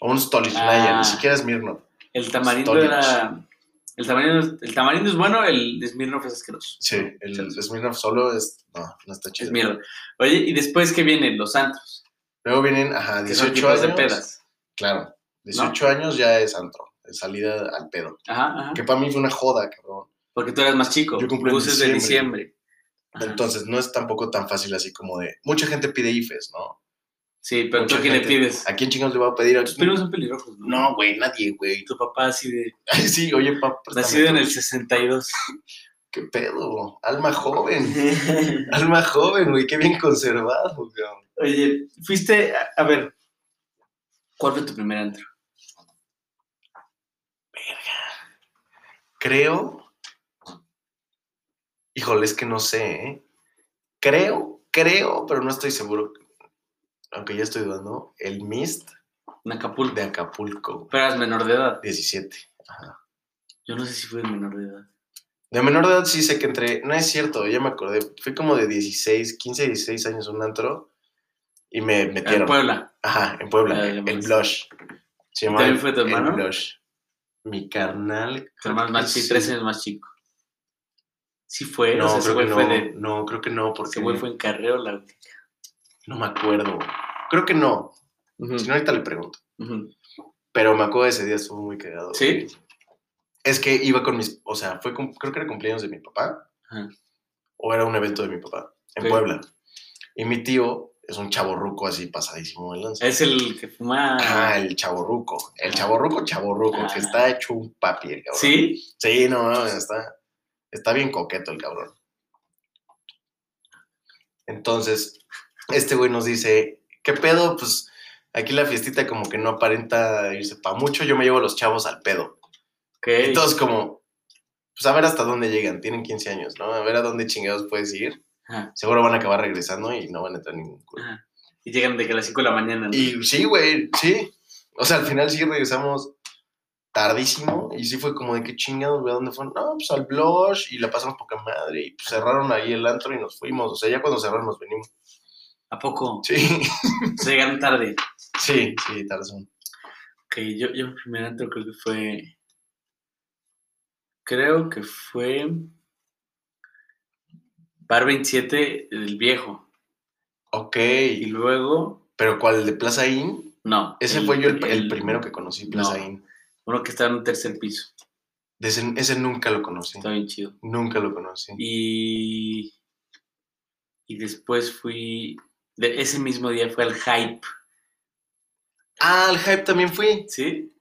B: O un Stolichnaya,
A: Ah.
B: ni siquiera Smirnoff.
A: El tamarindo
B: Tonics.
A: era... El tamarindo, el tamarindo es bueno, el Smirnoff es asqueroso.
B: Sí, el Smirnoff solo es. No, no está chido.
A: Es mierda. Oye, ¿y después qué vienen? Los santos.
B: Luego vienen, ajá,
A: Que son
B: 18
A: tipos
B: años.
A: de pedas.
B: Claro, 18 años ya es antro, es salida al pedo.
A: Ajá, ajá.
B: Que para mí fue una joda, cabrón.
A: Porque tú eras más chico.
B: Yo cumplo en
A: Buses de
B: diciembre.
A: diciembre. Ajá.
B: Entonces no es tampoco tan fácil así como de. Mucha gente pide IFES, ¿no?
A: Sí, pero tú
B: Mucha
A: a quién le
B: gente-
A: pides.
B: ¿A quién chingados le va a pedir?
A: Tus primos son pelirrojos, ¿no?
B: No, güey, nadie, güey. <laughs>
A: Tu papá así de.
B: Ay, sí, oye, papá.
A: Nacido en el 62.
B: <laughs> ¿Qué pedo? Alma joven. <laughs> Alma joven, güey. Qué bien conservado, cabrón.
A: Oye, fuiste. A, a ver. ¿Cuál fue tu primer antro?
B: Creo. Híjole, es que no sé, ¿eh? Creo, creo, pero no estoy seguro. Aunque ya estoy dudando. El Mist
A: En Acapulco.
B: de Acapulco.
A: Pero eras menor de edad.
B: 17. Ajá.
A: Yo no sé si fui de menor de edad.
B: De menor de edad sí sé que entré. No es cierto, ya me acordé. Fui como de 16, 15, 16 años a un antro y me
A: En
B: metieron.
A: Puebla.
B: Ajá, en Puebla.
A: Ah, ya me
B: el
A: acuerdo.
B: Blush. Se
A: ¿Y
B: llamaba
A: también fue tu hermano?
B: El Blush. Mi carnal.
A: Tu hermano es más
B: sí.
A: chico, tres años más chico. Sí fue. o
B: No,
A: sea, ese
B: creo que
A: güey fue de.
B: no. No, creo que no, porque
A: Ese güey fue en Carreola.
B: no me acuerdo. Creo que no.
A: Mm.
B: Si no, ahorita le pregunto.
A: Ujú.
B: Pero me acuerdo de ese día, estuvo muy cagado.
A: ¿Sí?
B: Es que iba con mis, o sea, fue cum- creo que era cumpleaños de mi papá.
A: Ajá.
B: O era un evento de mi papá, en
A: Ok.
B: Puebla. Y mi tío es un chaborruco así pasadísimo de lanza.
A: Es el que fuma.
B: Ajá, el chaborruco. El chaborruco, chaborruco, que
A: Ah.
B: está hecho un papi el cabrón.
A: ¿Sí?
B: Sí, no, no, está, está bien coqueto el cabrón. Entonces, este güey nos dice, ¿qué pedo? Pues aquí la fiestita como que no aparenta irse para mucho, yo me llevo a los chavos al pedo.
A: Ok.
B: Y todos como, pues a ver hasta dónde llegan, tienen 15 años, ¿no? A ver a dónde chingados puedes ir.
A: Ajá.
B: Seguro van a acabar regresando y no van a entrar en ningún culo.
A: Ajá. Y llegan de que a las 5 de la mañana. ¿no?
B: Y sí, güey, sí. O sea, al final sí regresamos tardísimo y sí fue como de qué chingados, güey, ¿a dónde fueron? No, pues al Blush y la pasamos poca madre y pues cerraron ahí el antro y nos fuimos. O sea, ya cuando cerraron nos venimos.
A: ¿A poco?
B: Sí, <laughs>
A: Se llegaron tarde.
B: sí, sí, Tarzán.
A: Ok, yo, yo mi primer antro creo que fue. Creo que fue. Bar 27, el viejo.
B: Ok,
A: Y luego.
B: pero ¿cuál? ¿El de Plaza Inn?
A: No.
B: Ese
A: el-
B: fue yo el, el
A: el-
B: primero que conocí, Plaza
A: no.
B: Inn.
A: Uno que está en un tercer piso.
B: De ese, ese nunca lo conocí.
A: Está bien chido.
B: Nunca lo conocí.
A: Y. Y después fui. De ese mismo día fue el hype.
B: Ah, al hype también fui.
A: ¿Sí?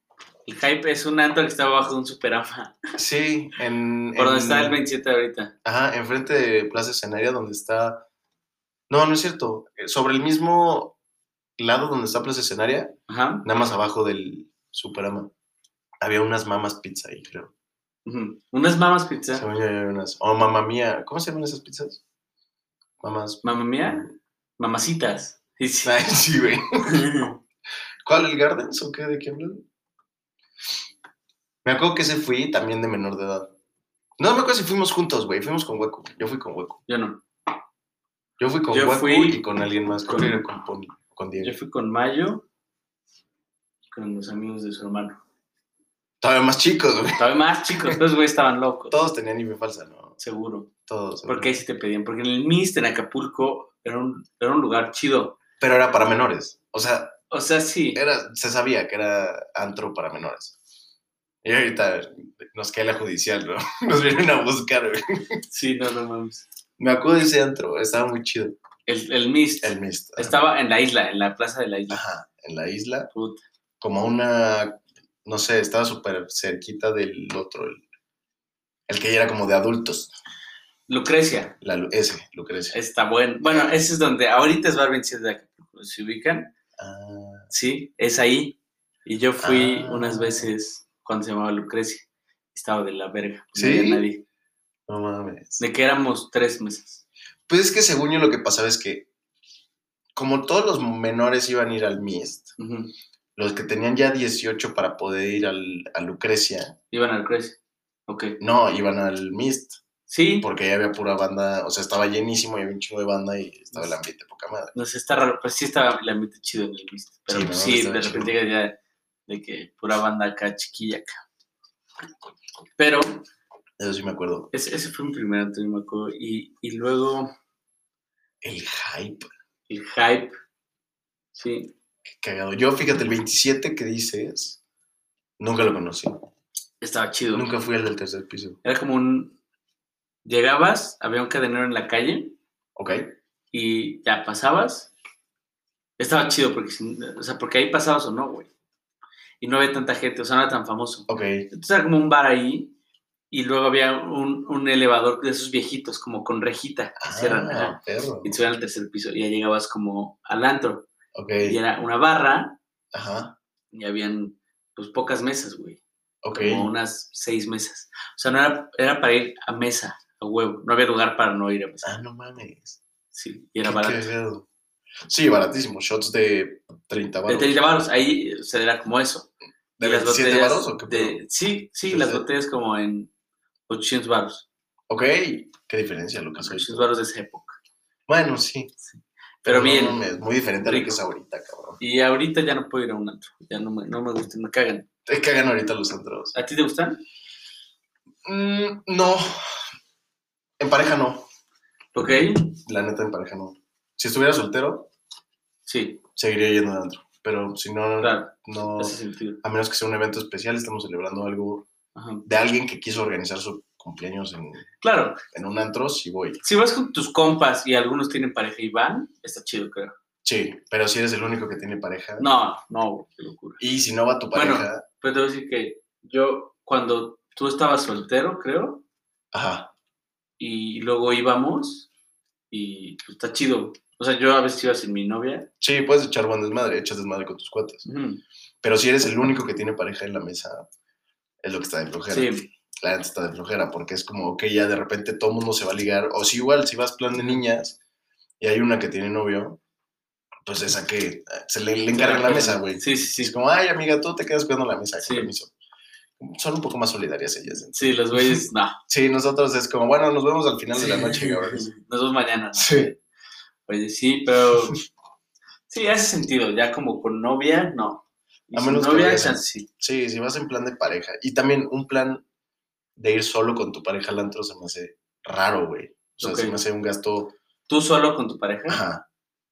A: El hype es un antro que está abajo de un superama.
B: Sí, en...
A: Por donde
B: en-
A: está el 27 ahorita.
B: Ajá, enfrente de Plaza Escenaria donde está... No, no es cierto. eh, Sobre el mismo lado donde está Plaza Escenaria,
A: Ajá.
B: nada más abajo del Superama. Había unas mamas pizza ahí, creo.
A: Ujú. Unas mamas pizza.
B: Según yo había unas... Oh, mamá mía. ¿Cómo se llaman esas pizzas? Mamas...
A: Mamma mía. Mamacitas. <laughs> Sí, sí.
B: Ay, sí, güey. ¿Cuál? ¿El Gardens o qué? ¿De qué hablas? Me acuerdo que ese fui también de menor de edad. No, me acuerdo si fuimos juntos, güey. Fuimos con Hueco. Yo fui con Hueco.
A: <laughs> Yo no.
B: Yo fui con
A: Yo
B: Hueco
A: fui
B: y con alguien más. Con,
A: con-
B: con, Pony, con Diego.
A: Yo fui con Mayo. Con los amigos de su hermano.
B: Todavía más chicos, güey.
A: Todavía más chicos. Los güeyes estaban locos.
B: Todos tenían IFE falsa, ¿no?
A: Seguro.
B: Todos.
A: Porque ahí
B: güey.
A: sí te pedían. Porque en el MIST en Acapulco era un, era un lugar chido.
B: Pero era para menores. O sea,
A: O sea, sí.
B: era, se sabía que era antro para menores. Y ahorita nos cae la judicial, ¿no? <laughs> Nos vienen a buscar, güey.
A: Sí, no, no mames.
B: Me acuerdo de ese antro. Estaba muy chido.
A: El, el MIST
B: El Mist. ajá.
A: estaba en la isla, en la plaza de la isla.
B: Ajá, en la isla.
A: Puta.
B: como una, no sé, estaba súper cerquita del otro, el, el que ya era como de adultos,
A: Lucrecia.
B: la, Lu- ese, Lucrecia.
A: Está bueno. Bueno, ese es donde ahorita es Bar 27 de Acapulco. ¿Se ubican?
B: Ah,
A: Sí, es ahí. Y yo fui
B: Ah.
A: unas veces cuando se llamaba Lucrecia. Estaba de la verga. No
B: ¿Sí?
A: había nadie.
B: no mames.
A: De que éramos tres meses.
B: Pues es que según yo lo que pasaba es que, como todos los menores iban a ir al MIST,
A: Ujú.
B: los que tenían ya 18 para poder ir al, a Lucrecia,
A: Iban a Lucrecia. Ok.
B: no, iban al MIST,
A: Sí.
B: porque ya había pura banda, o sea, estaba llenísimo, y había un chingo de banda y estaba el ambiente poca madre.
A: No sé, está raro. Pues sí estaba el ambiente chido en el MIST. Pero
B: Sí,
A: pues,
B: no,
A: sí,
B: estaba
A: de repente
B: chido.
A: llega ya de que pura banda acá, chiquilla acá. Pero
B: Eso sí me acuerdo.
A: ese, ese fue mi primer antonio me acuerdo. Y, y luego
B: El hype,
A: el hype. Sí.
B: qué cagado. Yo, fíjate, el 27 que dices, nunca lo conocí.
A: Estaba chido.
B: Nunca fui al del tercer piso.
A: Era como un. Llegabas, había un cadenero en la calle
B: Ok.
A: y ya pasabas. Estaba chido porque, sin- o sea, porque ahí pasabas o no, güey. Y no había tanta gente, o sea, no era tan famoso.
B: Ok.
A: Entonces era como un bar ahí y luego había un, un elevador de esos viejitos, como con rejita, que cierran ajá,
B: Ah, perro.
A: y te subían al tercer piso y ya llegabas como al antro.
B: Ok.
A: Y era una barra
B: Ajá.
A: y habían pues pocas mesas, güey.
B: Ok.
A: como unas seis mesas. O sea, no era, era para ir a mesa, a huevo. No había lugar para no ir a mesa.
B: Ah, no mames.
A: Sí, y era
B: Qué
A: barato.
B: cagado. Sí, baratísimo. Shots de 30
A: De
B: baros.
A: 30 varos, ahí o sea, era como eso.
B: ¿De
A: Y las
B: 27
A: botellas
B: baros o qué?
A: de-
B: pedo?
A: Sí, sí,
B: Sí,
A: las
B: sí.
A: botellas como en 800 varos.
B: Ok. Qué diferencia, Lucas. hoy.
A: 800 varos de esa época.
B: Bueno, sí.
A: Pero
B: no
A: bien.
B: mames, muy diferente a lo que
A: Rico.
B: es ahorita, cabrón.
A: Y ahorita ya no puedo ir a un antro. Ya no me, no me gustan, me cagan.
B: Te cagan ahorita los antros.
A: ¿A ti te gustan?
B: Mm, no. En pareja no.
A: ¿Ok?
B: La neta, en pareja no. Si estuviera soltero,
A: Sí,
B: seguiría yendo al antro. Pero si no,
A: claro,
B: no.
A: hace sentido.
B: A menos que sea un evento especial, estamos celebrando algo
A: Ajá.
B: de alguien que quiso organizar su cumpleaños en,
A: Claro,
B: en un antro, sí voy.
A: si vas con tus compas y algunos tienen pareja y van, está chido, creo.
B: Sí, pero si eres el único que tiene pareja.
A: No, no, güey, qué locura.
B: Y si no va tu
A: Bueno.
B: pareja.
A: Pero te voy a decir que yo, cuando tú estabas soltero, creo,
B: Ajá.
A: y luego íbamos, y pues, está chido. O sea, yo a veces iba sin mi novia.
B: Sí, puedes echar buen desmadre, echas desmadre con tus cuates.
A: Ujú,
B: Pero si eres el único que tiene pareja en la mesa, es lo que está de flojera.
A: Sí,
B: La neta está de flojera, porque es como, ok, ya de repente todo el mundo se va a ligar. O si igual, si vas plan de niñas y hay una que tiene novio, pues esa que eh, se le, le encarga la mesa, güey.
A: sí, sí,
B: Es
A: sí.
B: como, ay, amiga, tú te quedas cuidando la mesa, con
A: Sí.
B: permiso. Son un poco más solidarias ellas. ¿eh?
A: Sí, los
B: <laughs>
A: güeyes, no.
B: Sí, nosotros es como, bueno, nos vemos al final de la
A: Sí.
B: noche, cabrones.
A: Nos vemos mañana. ¿no?
B: Sí.
A: Oye, sí, pero. <laughs> Sí, hace sentido. Ya como con novia, no. Y
B: A
A: sin
B: menos que
A: novia,
B: vayas a-
A: chance, sí.
B: Sí, si vas en plan de pareja. Y también un plan de ir solo con tu pareja al antro se me hace raro, güey. O sea,
A: Ok.
B: se me hace un gasto.
A: Tú solo con tu pareja.
B: Ajá.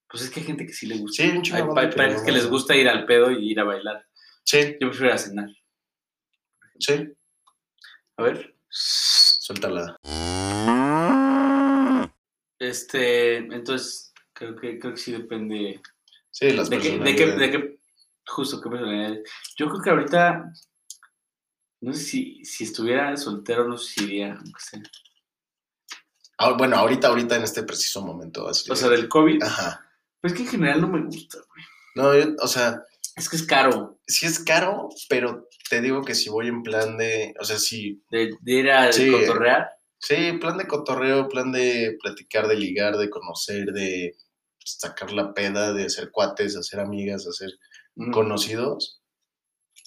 A: Pues es que hay gente que sí le gusta.
B: Sí, hay un chingo
A: Hay pa-
B: de banda
A: hay
B: que
A: parejas
B: no
A: que
B: va.
A: les gusta ir al pedo y ir a bailar.
B: Sí,
A: Yo prefiero ir a cenar.
B: sí.
A: A ver.
B: Suéltala.
A: Este, entonces, creo que, creo que sí depende
B: Sí, las
A: de qué,
B: personas.
A: de qué, de qué- justo qué personalidad. Yo creo que ahorita No sé si, si estuviera soltero, no sé si iría, aunque sea.
B: Ah, bueno, ahorita, ahorita en este preciso momento. Así
A: O
B: de-
A: sea, del COVID.
B: Ajá.
A: Pues que en general no me gusta, güey.
B: No, yo- o sea,
A: Es que es caro.
B: sí es caro, pero te digo que si voy en plan de, o sea, si,
A: De, de ir a
B: Sí.
A: cotorrear.
B: sí, plan de cotorreo, plan de platicar, de ligar, de conocer, de sacar la peda, de hacer cuates, hacer amigas, hacer
A: mm,
B: conocidos,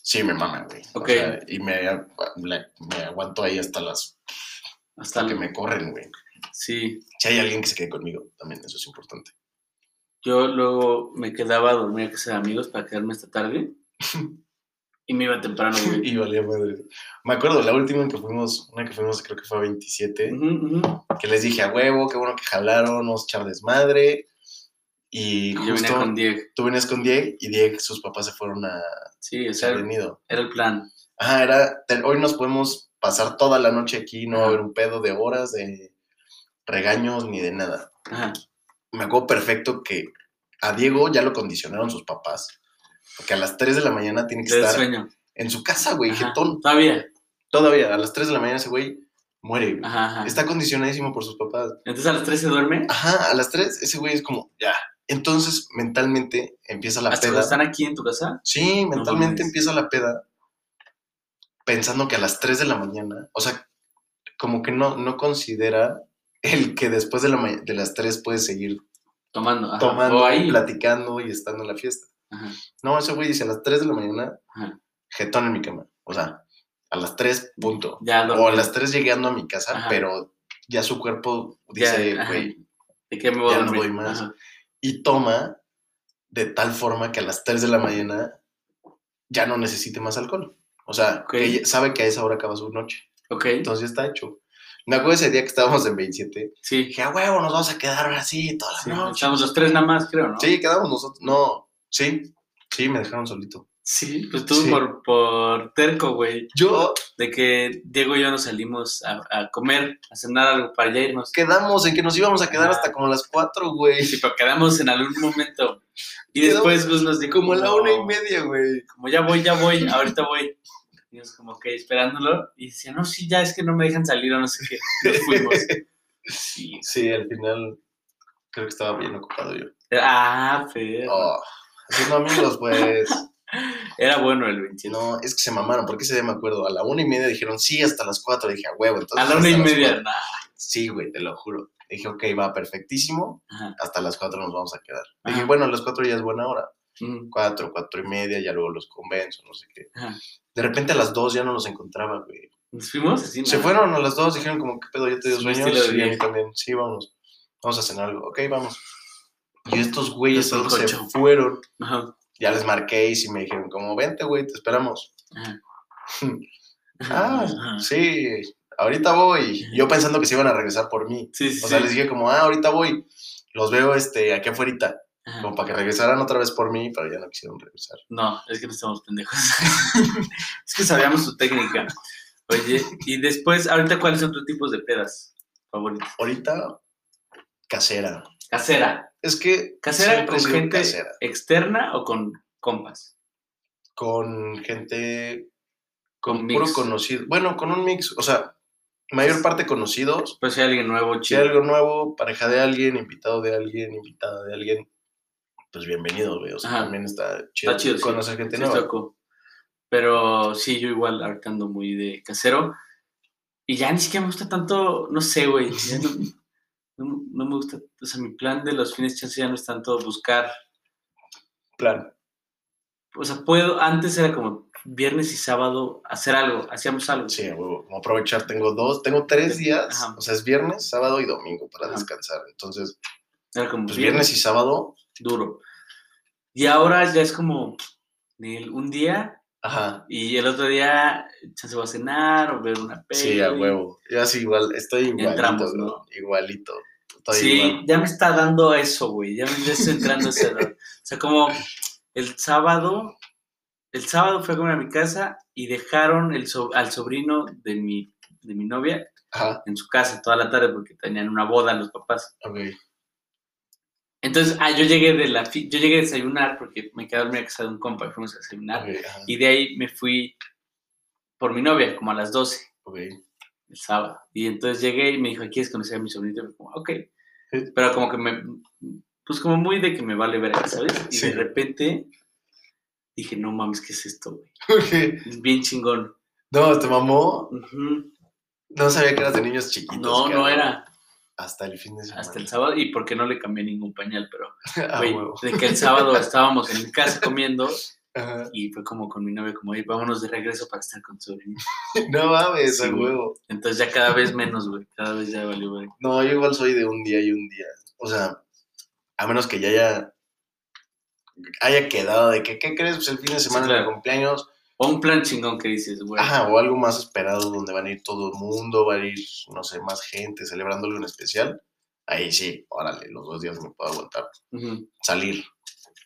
B: sí me mama, güey. O
A: Ok.
B: sea, y me, agua- la- me aguanto ahí hasta las
A: Hasta
B: hasta que
A: el-
B: me corren, güey.
A: Sí.
B: Si hay alguien que se quede conmigo, también eso es importante.
A: Yo luego me quedaba a dormir a casa de amigos para quedarme hasta
B: <laughs>
A: tarde. y me iba temprano, güey.
B: Y valía madre. Me acuerdo, la última que fuimos, una que fuimos creo que fue a 27,
A: Ujú, ujú.
B: que les dije a huevo, qué bueno que jalaron, vamos a echar desmadre. Y
A: Y
B: justo
A: yo venía con Diego.
B: tú venías con Diego y Diego, sus papás se fueron a
A: Sí, o sea,
B: San Nido.
A: era el plan.
B: Ajá, era, te- hoy nos podemos pasar toda la noche aquí, no va a
A: Ajá.
B: haber un pedo de horas, de regaños, ni de nada.
A: Ajá.
B: me acuerdo perfecto que a Diego ya lo condicionaron sus papás. Porque a las 3 de la mañana tiene que
A: Te da
B: estar
A: sueño.
B: en su casa, güey,
A: Ajá.
B: jetón.
A: Todavía.
B: Todavía, a las 3 de la mañana ese güey muere. güey.
A: Ajá, ajá.
B: Está condicionadísimo por sus papás.
A: Entonces a las 3 se duerme.
B: Ajá, a las 3 ese güey es como, ya. Entonces, mentalmente empieza la
A: Hasta cuando
B: peda.
A: están aquí en tu casa.
B: Sí, mentalmente
A: mames.
B: empieza la peda pensando que a las 3 de la mañana, o sea, como que no, no considera el que después de, la ma- de las 3 puedes seguir
A: Tomando. ajá.
B: tomando,
A: O ahí.
B: platicando y estando en la fiesta.
A: Ajá,
B: No, ese güey dice a las 3 de la mañana,
A: ajá.
B: jetón en mi cama. O sea, a las 3, punto.
A: Ya
B: O a
A: dormido.
B: las 3 llegando a mi casa,
A: Ajá.
B: pero ya su cuerpo
A: Ya,
B: dice,
A: ajá.
B: güey,
A: ¿De qué me voy
B: ya
A: a
B: no
A: dormir?
B: doy más.
A: Ajá.
B: y toma de tal forma que a las 3 de la mañana ya no necesite más alcohol. O sea,
A: Ok.
B: que ella sabe que a esa hora acaba su noche.
A: Ok,
B: Entonces ya está hecho. Me acuerdo ese día que estábamos en 27.
A: sí.
B: Dije, a huevo, nos vamos a quedar así toda la
A: sí.
B: noche.
A: Estamos los tres nada más, creo, ¿no?
B: Sí, quedamos nosotros. No, sí, sí, me dejaron solito.
A: Sí, pues tú
B: Sí.
A: Por, por terco, güey.
B: Yo
A: De que Diego y yo nos salimos a, a comer, a cenar algo para ya irnos.
B: quedamos en que nos íbamos a quedar
A: Ajá.
B: hasta como las 4, güey.
A: Sí, pero quedamos en algún momento. Y
B: Quedamos
A: después pues, nos dijo.
B: Como a la una y media, güey.
A: Como ya voy, ya voy, ahorita voy. Y nos como que esperándolo. Y decía, no, sí, ya es que no me dejan salir o no sé qué. Nos
B: <laughs>
A: fuimos. Sí.
B: Sí, al final creo que estaba bien ocupado yo.
A: Ah, pero.
B: Oh, haciendo amigos, pues.
A: Era bueno el 27.
B: No, es que se mamaron, porque ese día me acuerdo. A la una y media dijeron sí hasta las cuatro. Dije, a huevo, entonces.
A: a la una y
B: hasta las
A: media.
B: cuatro".
A: nah.
B: Sí, güey, te lo juro. Dije, ok, va perfectísimo.
A: Ajá.
B: Hasta las cuatro nos vamos a quedar. Dije,
A: Ajá.
B: bueno, a las cuatro ya es buena hora.
A: Mm,
B: Cuatro, cuatro y media, ya luego los convenzo, no sé qué.
A: Ajá.
B: De repente a las dos ya no los encontraba, güey.
A: Nos fuimos así.
B: Se
A: nah.
B: fueron a las dos, dijeron como, ¿qué pedo? ¿Ya te dio
A: Es un
B: sueño?
A: estilo de
B: Sí, a mí
A: vida.
B: también. Sí, vamos. Vamos a cenar algo. Ok, vamos. Y estos güeyes
A: Los
B: solo se
A: encocho.
B: fueron.
A: <laughs> Ajá.
B: Ya les marqué y sí me dijeron como, vente, güey, te esperamos.
A: Ajá.
B: Ah,
A: Ajá.
B: sí, ahorita voy. Yo pensando que se iban a regresar por mí.
A: Sí, sí.
B: O sea,
A: sí.
B: les dije como, ah, ahorita voy. Los veo este, aquí afuera,
A: Ajá.
B: como para que regresaran otra vez por mí, pero ya no quisieron regresar.
A: No, es que no estamos pendejos. <laughs> es que sabíamos su técnica. Oye, y después, ahorita, ¿cuáles son tus tipos de pedas favoritas?
B: Ahorita, casera.
A: Casera.
B: Es que
A: ¿Casera
B: siempre he
A: con
B: sido
A: gente
B: casera.
A: externa o con compas?
B: con gente
A: Con
B: con
A: mix.
B: puro conocido. Bueno, con un mix, o sea, mayor parte conocidos,
A: Pues si hay alguien nuevo,
B: si
A: chido.
B: hay algo nuevo, pareja de alguien, invitado de alguien, invitada de alguien, pues bienvenido, güey. O sea,
A: Ajá.
B: también está chido,
A: Está chido, sí.
B: conocer gente
A: Sí,
B: nueva.
A: tocó. Pero sí, yo igual ahorita ando muy de casero. Y ya ni siquiera me gusta tanto, no sé, güey.
B: <laughs>
A: ya No, no- no me gusta, o sea, mi plan de los fines de chance ya no es tanto buscar.
B: Plan.
A: O sea, puedo, antes era como viernes y sábado hacer algo, hacíamos algo.
B: Sí, a huevo. Como aprovechar, tengo dos, tengo tres días,
A: Ajá.
B: o sea, es viernes, sábado y domingo para
A: Ajá.
B: descansar. Entonces,
A: Era como
B: pues viernes y sábado,
A: duro. Y ahora ya es como Nel, un día
B: ajá.
A: y el otro día chance va a cenar o ver una peli.
B: Sí, a huevo. Yo así igual, estoy igualito,
A: Entramos,
B: bro,
A: ¿no?
B: Igualito. Estoy
A: sí,
B: igual.
A: ya me está dando eso, güey. Ya me ya estoy entrando ese error. O sea, como el sábado, el sábado fue a comer a mi casa y dejaron el so- al sobrino de mi, de mi novia
B: Ajá,
A: en su casa toda la tarde porque tenían una boda los papás.
B: ok.
A: Entonces, ah, yo llegué de la fi- yo llegué a Ah. desayunar porque me quedé dormida en casa de un compa y fuimos a desayunar.
B: ok, ajá.
A: Y de ahí me fui por mi novia, como a las 12,
B: Ok. <laughs>
A: el sábado. Y entonces llegué y me dijo, ¿quieres conocer a mi sobrinito? Y yo como, ok. Pero como que me, pues como muy de que me vale ver, ¿sabes? Y
B: Sí.
A: de repente dije, no mames, ¿qué es esto, güey?
B: Ok.
A: Es bien chingón.
B: No, te mamó.
A: Ujú.
B: No sabía que eras de niños chiquitos.
A: No, no
B: cabrón.
A: era.
B: Hasta el fin de semana. <laughs>
A: Hasta el sábado, y porque no le cambié ningún pañal, pero
B: Ah,
A: güey,
B: huevo.
A: de que el
B: <laughs>
A: sábado estábamos en mi casa comiendo
B: Ajá.
A: y fue como con mi novia, como, oye, vámonos de regreso para estar con tu sobrinito.
B: No mames,
A: Sí,
B: a
A: güey.
B: huevo.
A: Entonces ya cada vez menos, güey, cada vez ya valió, güey.
B: No, yo igual soy de un día y un día. O sea, a menos que ya haya, haya quedado de que, ¿qué crees? Pues el fin de semana de
A: claro.
B: cumpleaños.
A: O un plan chingón que dices, güey.
B: Ajá, o algo más esperado donde van a ir todo el mundo, va a ir, no sé, más gente celebrándolo en especial. Ahí sí, órale, los dos días me puedo aguantar.
A: Ujú.
B: Salir.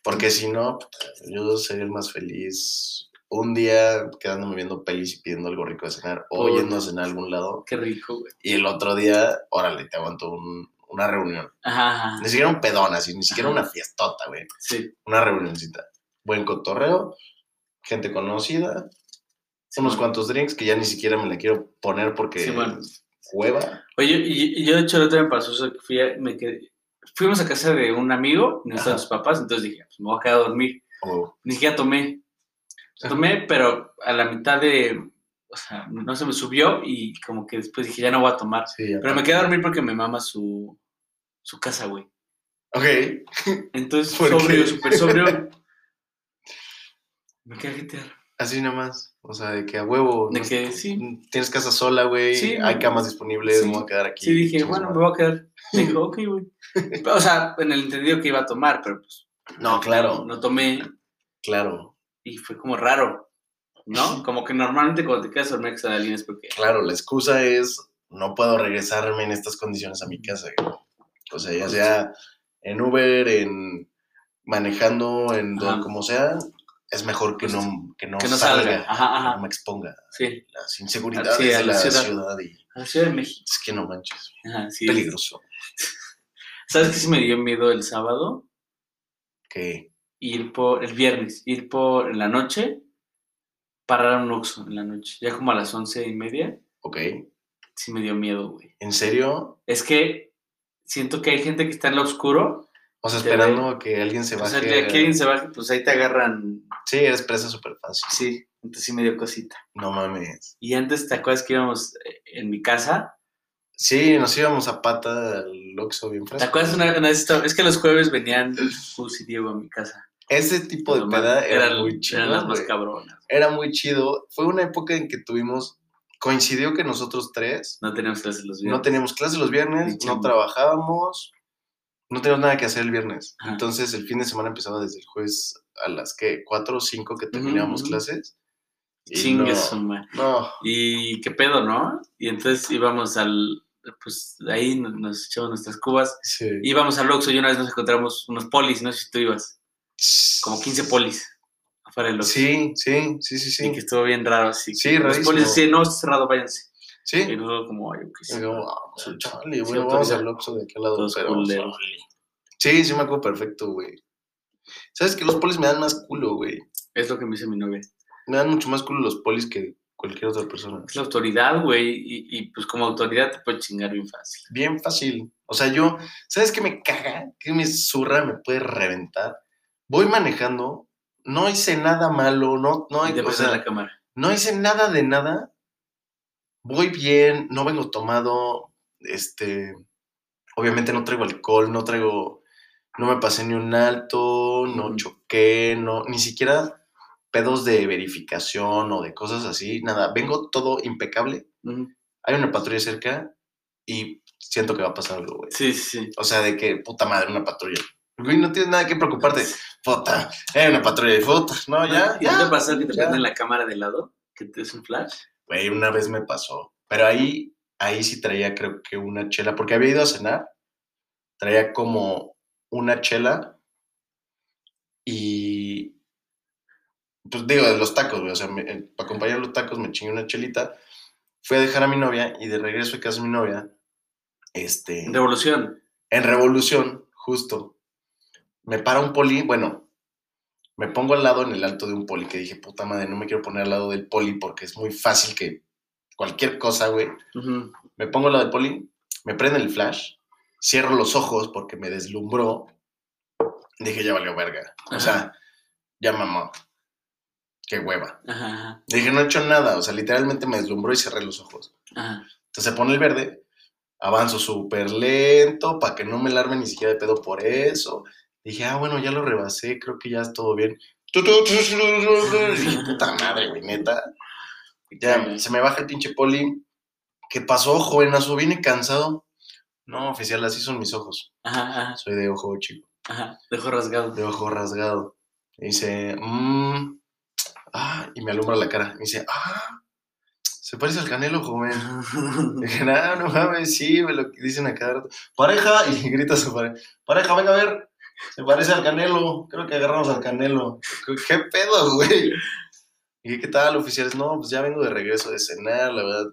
B: Porque si no, puta, yo sería el más feliz un día quedándome viendo pelis y pidiendo algo rico de cenar o
A: Uy.
B: yendo a cenar a algún lado.
A: Qué rico, güey.
B: Y el otro día, órale, te aguanto un- una reunión.
A: Ajá, ajá,
B: Ni siquiera un pedón así, ni siquiera
A: Ajá.
B: una fiestota, güey.
A: sí.
B: Una reunioncita. Buen cotorreo, gente conocida,
A: sí,
B: unos
A: bueno.
B: cuantos drinks que ya ni siquiera me la quiero poner porque
A: Sí, bueno.
B: hueva.
A: Oye, y, y yo de hecho el otro día me pasó eso que fui a- me quedé- fuimos a casa de un amigo, no estaban
B: Ajá.
A: sus papás, entonces dije, pues me voy a quedar a dormir.
B: o-
A: Ni siquiera tomé. Tomé, pero a la mitad de, o sea, no se me subió y como que después dije, ya no voy a tomar.
B: Sí,
A: Pero me quedé a dormir porque me mama su, su casa, güey.
B: Ok,
A: Entonces,
B: ¿Por qué?
A: sobrio, súper
B: <laughs>
A: sobrio. Me quedé jetear.
B: así nomás. O sea, de que a huevo.
A: De
B: Pues no- Mm,
A: que sí,
B: Tienes casa sola, güey.
A: Sí,
B: hay
A: no.
B: camas disponibles,
A: Sí,
B: me voy a quedar aquí.
A: sí dije,
B: chingas
A: bueno, me
B: madre.
A: voy a quedar. Me dijo, ok,
B: <laughs>
A: güey. O sea, en el entendido que iba a tomar, pero pues.
B: No, claro,
A: No tomé
B: claro,
A: y fue como raro, ¿no? Como que normalmente cuando te quedas a dormir que está alguien es porque.
B: claro. La excusa es, no puedo regresarme en estas condiciones a mi casa. güey. O sea, ya sea en Uber, en manejando, en
A: Ajá.
B: donde, como sea, es mejor que
A: Justo.
B: no, que no,
A: Que no
B: salga,
A: salga. Ajá,
B: no
A: ajá.
B: me exponga
A: Sí.
B: a las inseguridades
A: Sí, a
B: de
A: la
B: la ciudad.
A: ciudad.
B: y
A: A la Ciudad de México.
B: es que no manches,
A: Ajá, sí.
B: peligroso.
A: ¿Sabes qué sí me dio miedo el sábado?
B: Que
A: ir por el viernes, ir por en la noche, parar a un Oxxo en la noche, ya como a las once y media,
B: Ok,
A: sí me dio miedo, güey.
B: en serio,
A: Es que siento que hay gente que está en lo oscuro,
B: o sea,
A: Te
B: esperando a que alguien se
A: o
B: baje.
A: sea, que alguien se baje, pues ahí te agarran,
B: Sí, eres presa súper fácil.
A: sí, entonces sí me dio cosita.
B: No mames.
A: Y antes, ¿te acuerdas que íbamos eh, en mi casa?
B: Sí, nos íbamos a pata al Oxxo bien
A: ¿Te
B: fresco.
A: acuerdas una, una vez? estaba- Es que los jueves venían Gus y Diego a mi casa.
B: Ese tipo de
A: No
B: peda
A: mames,
B: era
A: eran-
B: muy chido.
A: Eran las más
B: güey.
A: cabronas.
B: Era muy chido. Fue una época en que tuvimos, coincidió que nosotros tres
A: No teníamos clases los viernes.
B: no teníamos clases los viernes,
A: Ni
B: no
A: chamba.
B: trabajábamos, no teníamos nada que hacer el viernes.
A: Ajá.
B: Entonces el fin de semana empezaba desde el jueves a las que cuatro o cinco que terminábamos
A: ujú.
B: clases. Y
A: Chingue
B: no,
A: su madre.
B: no,
A: y qué pedo, ¿no? Y entonces íbamos al, pues ahí nos, nos echamos nuestras cubas,
B: sí.
A: íbamos al Oxxo y una vez nos encontramos unos polis, no sé si tú ibas, como 15 polis afuera del Oxxo.
B: Sí, sí, sí, sí, sí.
A: Y que estuvo bien raro, así.
B: Sí,
A: que los
B: rarísimo.
A: polis decían, no, está cerrado, váyanse.
B: Sí.
A: Y nosotros como, ay, qué
B: Y
A: sé.
B: digo, "Ah, pues, chale,
A: sí,
B: bueno, vamos
A: autoriza.
B: al Oxxo de aquel lado,
A: Todos
B: pero...
A: culeros.
B: Sí, sí me acuerdo perfecto, güey. ¿Sabes que Los polis me dan más culo, güey.
A: Es lo que me dice mi novia.
B: Me dan mucho más culo los polis que cualquier otra persona.
A: Es la autoridad, güey, y, y, pues como autoridad te puede chingar bien fácil.
B: Bien fácil. O sea, yo... ¿Sabes qué me caga? ¿Qué me zurra? Me puede reventar. Voy manejando. No hice nada malo. No, no,
A: y te
B: o
A: pasas
B: sea,
A: la cámara.
B: no hice nada de nada. Voy bien. No vengo tomado. Este... Obviamente no traigo alcohol. No traigo... No me pasé ni un alto. No
A: Ujú.
B: choqué. No... Ni siquiera... pedos de verificación o de cosas así, nada, vengo todo impecable.
A: Ujú.
B: Hay una patrulla cerca y siento que va a pasar algo, güey.
A: Sí, sí, sí.
B: O sea, de que puta madre, una patrulla. Güey, no tienes nada
A: <laughs>
B: que preocuparte. Puta, hay una patrulla de fotos. No, ya,
A: ¿Y no te
B: ya.
A: pasó que te
B: ya.
A: prenden la cámara de lado? ¿Que te es un flash?
B: Güey, una vez me pasó. Pero ahí, ahí sí traía creo que una chela, porque había ido a cenar. Traía como una chela y... Pues digo, de los tacos, güey. O sea, me- eh, para acompañar los tacos me chingué una chelita. Fui a dejar a mi novia y de regreso a casa de mi novia, este...
A: Revolución.
B: En Revolución, justo. Me para un poli, bueno, me pongo al lado en el alto de un poli, que dije, puta madre, no me quiero poner al lado del poli porque es muy fácil que cualquier cosa, güey.
A: Ujú.
B: Me pongo al lado del poli, me prende el flash, cierro los ojos porque me deslumbró. Dije, ya valió verga. O sea, ya mamó. Qué hueva.
A: Ajá, ajá,
B: Dije, no he hecho nada. O sea, literalmente me deslumbró y cerré los ojos.
A: ajá.
B: Entonces se pone el verde, avanzo súper lento para que no me larme ni siquiera de pedo por eso. Dije, ah, bueno, ya lo rebasé, creo que ya es todo bien. Dije, puta madre, güey, neta. Ya, se me baja el pinche poli. ¿Qué pasó, jovenazo? ¿Viene cansado? No, oficial, así son mis ojos.
A: Ajá, ajá,
B: Soy de ojo chico,
A: ajá. Dejo
B: <laughs>
A: rasgado.
B: de ojo rasgado. Y dice, mmm, ah, y me alumbra la cara. Y dice, ah, se parece al canelo, joven. <laughs> Dije, no, no mames, sí, me lo dicen a cada rato. Pareja, <laughs> y grita su pareja. Pareja, venga a ver. Se parece al Canelo. Creo que agarramos al Canelo. ¿Qué pedo, güey? Y dije, ¿qué tal, oficiales? No, pues ya vengo de regreso de cenar, la verdad.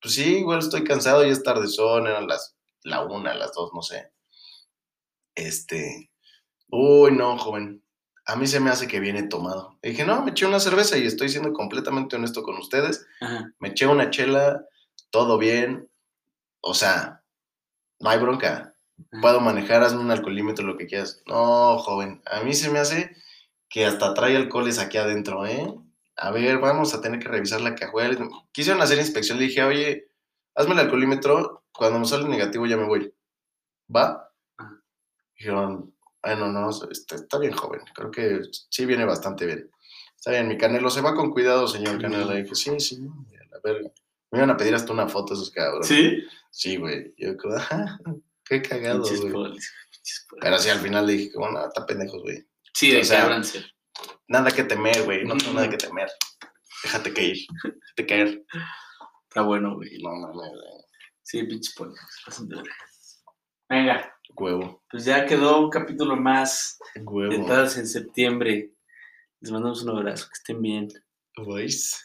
B: Pues sí, igual estoy cansado, ya es tarde, son, eran las la una, las dos, no sé. Este. Uy, no, joven. A mí se me hace que viene tomado. Y dije, no, me eché una cerveza y estoy siendo completamente honesto con ustedes
A: Ajá.
B: me eché una chela, todo bien, o sea, no hay bronca, puedo manejar, hazme un alcoholímetro, lo que quieras. No, joven, a mí se me hace que hasta trae alcoholes aquí adentro, ¿eh? A ver, vamos a tener que revisar la cajuela. Quisieron hacer inspección, le dije, oye, hazme el alcoholímetro, cuando me sale negativo ya me voy. ¿Va?
A: Ajá.
B: Dijeron, bueno, no, está, está bien, joven, creo que sí viene bastante bien. Está bien, mi canelo, se va con cuidado, señor canelo. Le dije, sí, sí, a la verga. Me iban a pedir hasta una foto esos cabrones.
A: ¿Sí?
B: Sí, güey. Yo como, ajá, qué cagado,
A: Pinches
B: güey.
A: polis, güey, pinches polis.
B: Pero sí, al final le dije, como, no, está pendejos, güey.
A: Sí, de
B: o sea,
A: cabranse.
B: Nada que temer, güey. No tengo
A: Ujú.
B: nada que temer. Déjate caer. Déjate caer.
A: Está bueno,
B: Y
A: güey.
B: No, mames, güey.
A: Sí, pinches polis. pasan de verga. Venga,
B: Huevo.
A: pues ya quedó un capítulo más de
B: Huevo.
A: Entradas en septiembre. Les mandamos un abrazo, que estén bien.
B: Voice.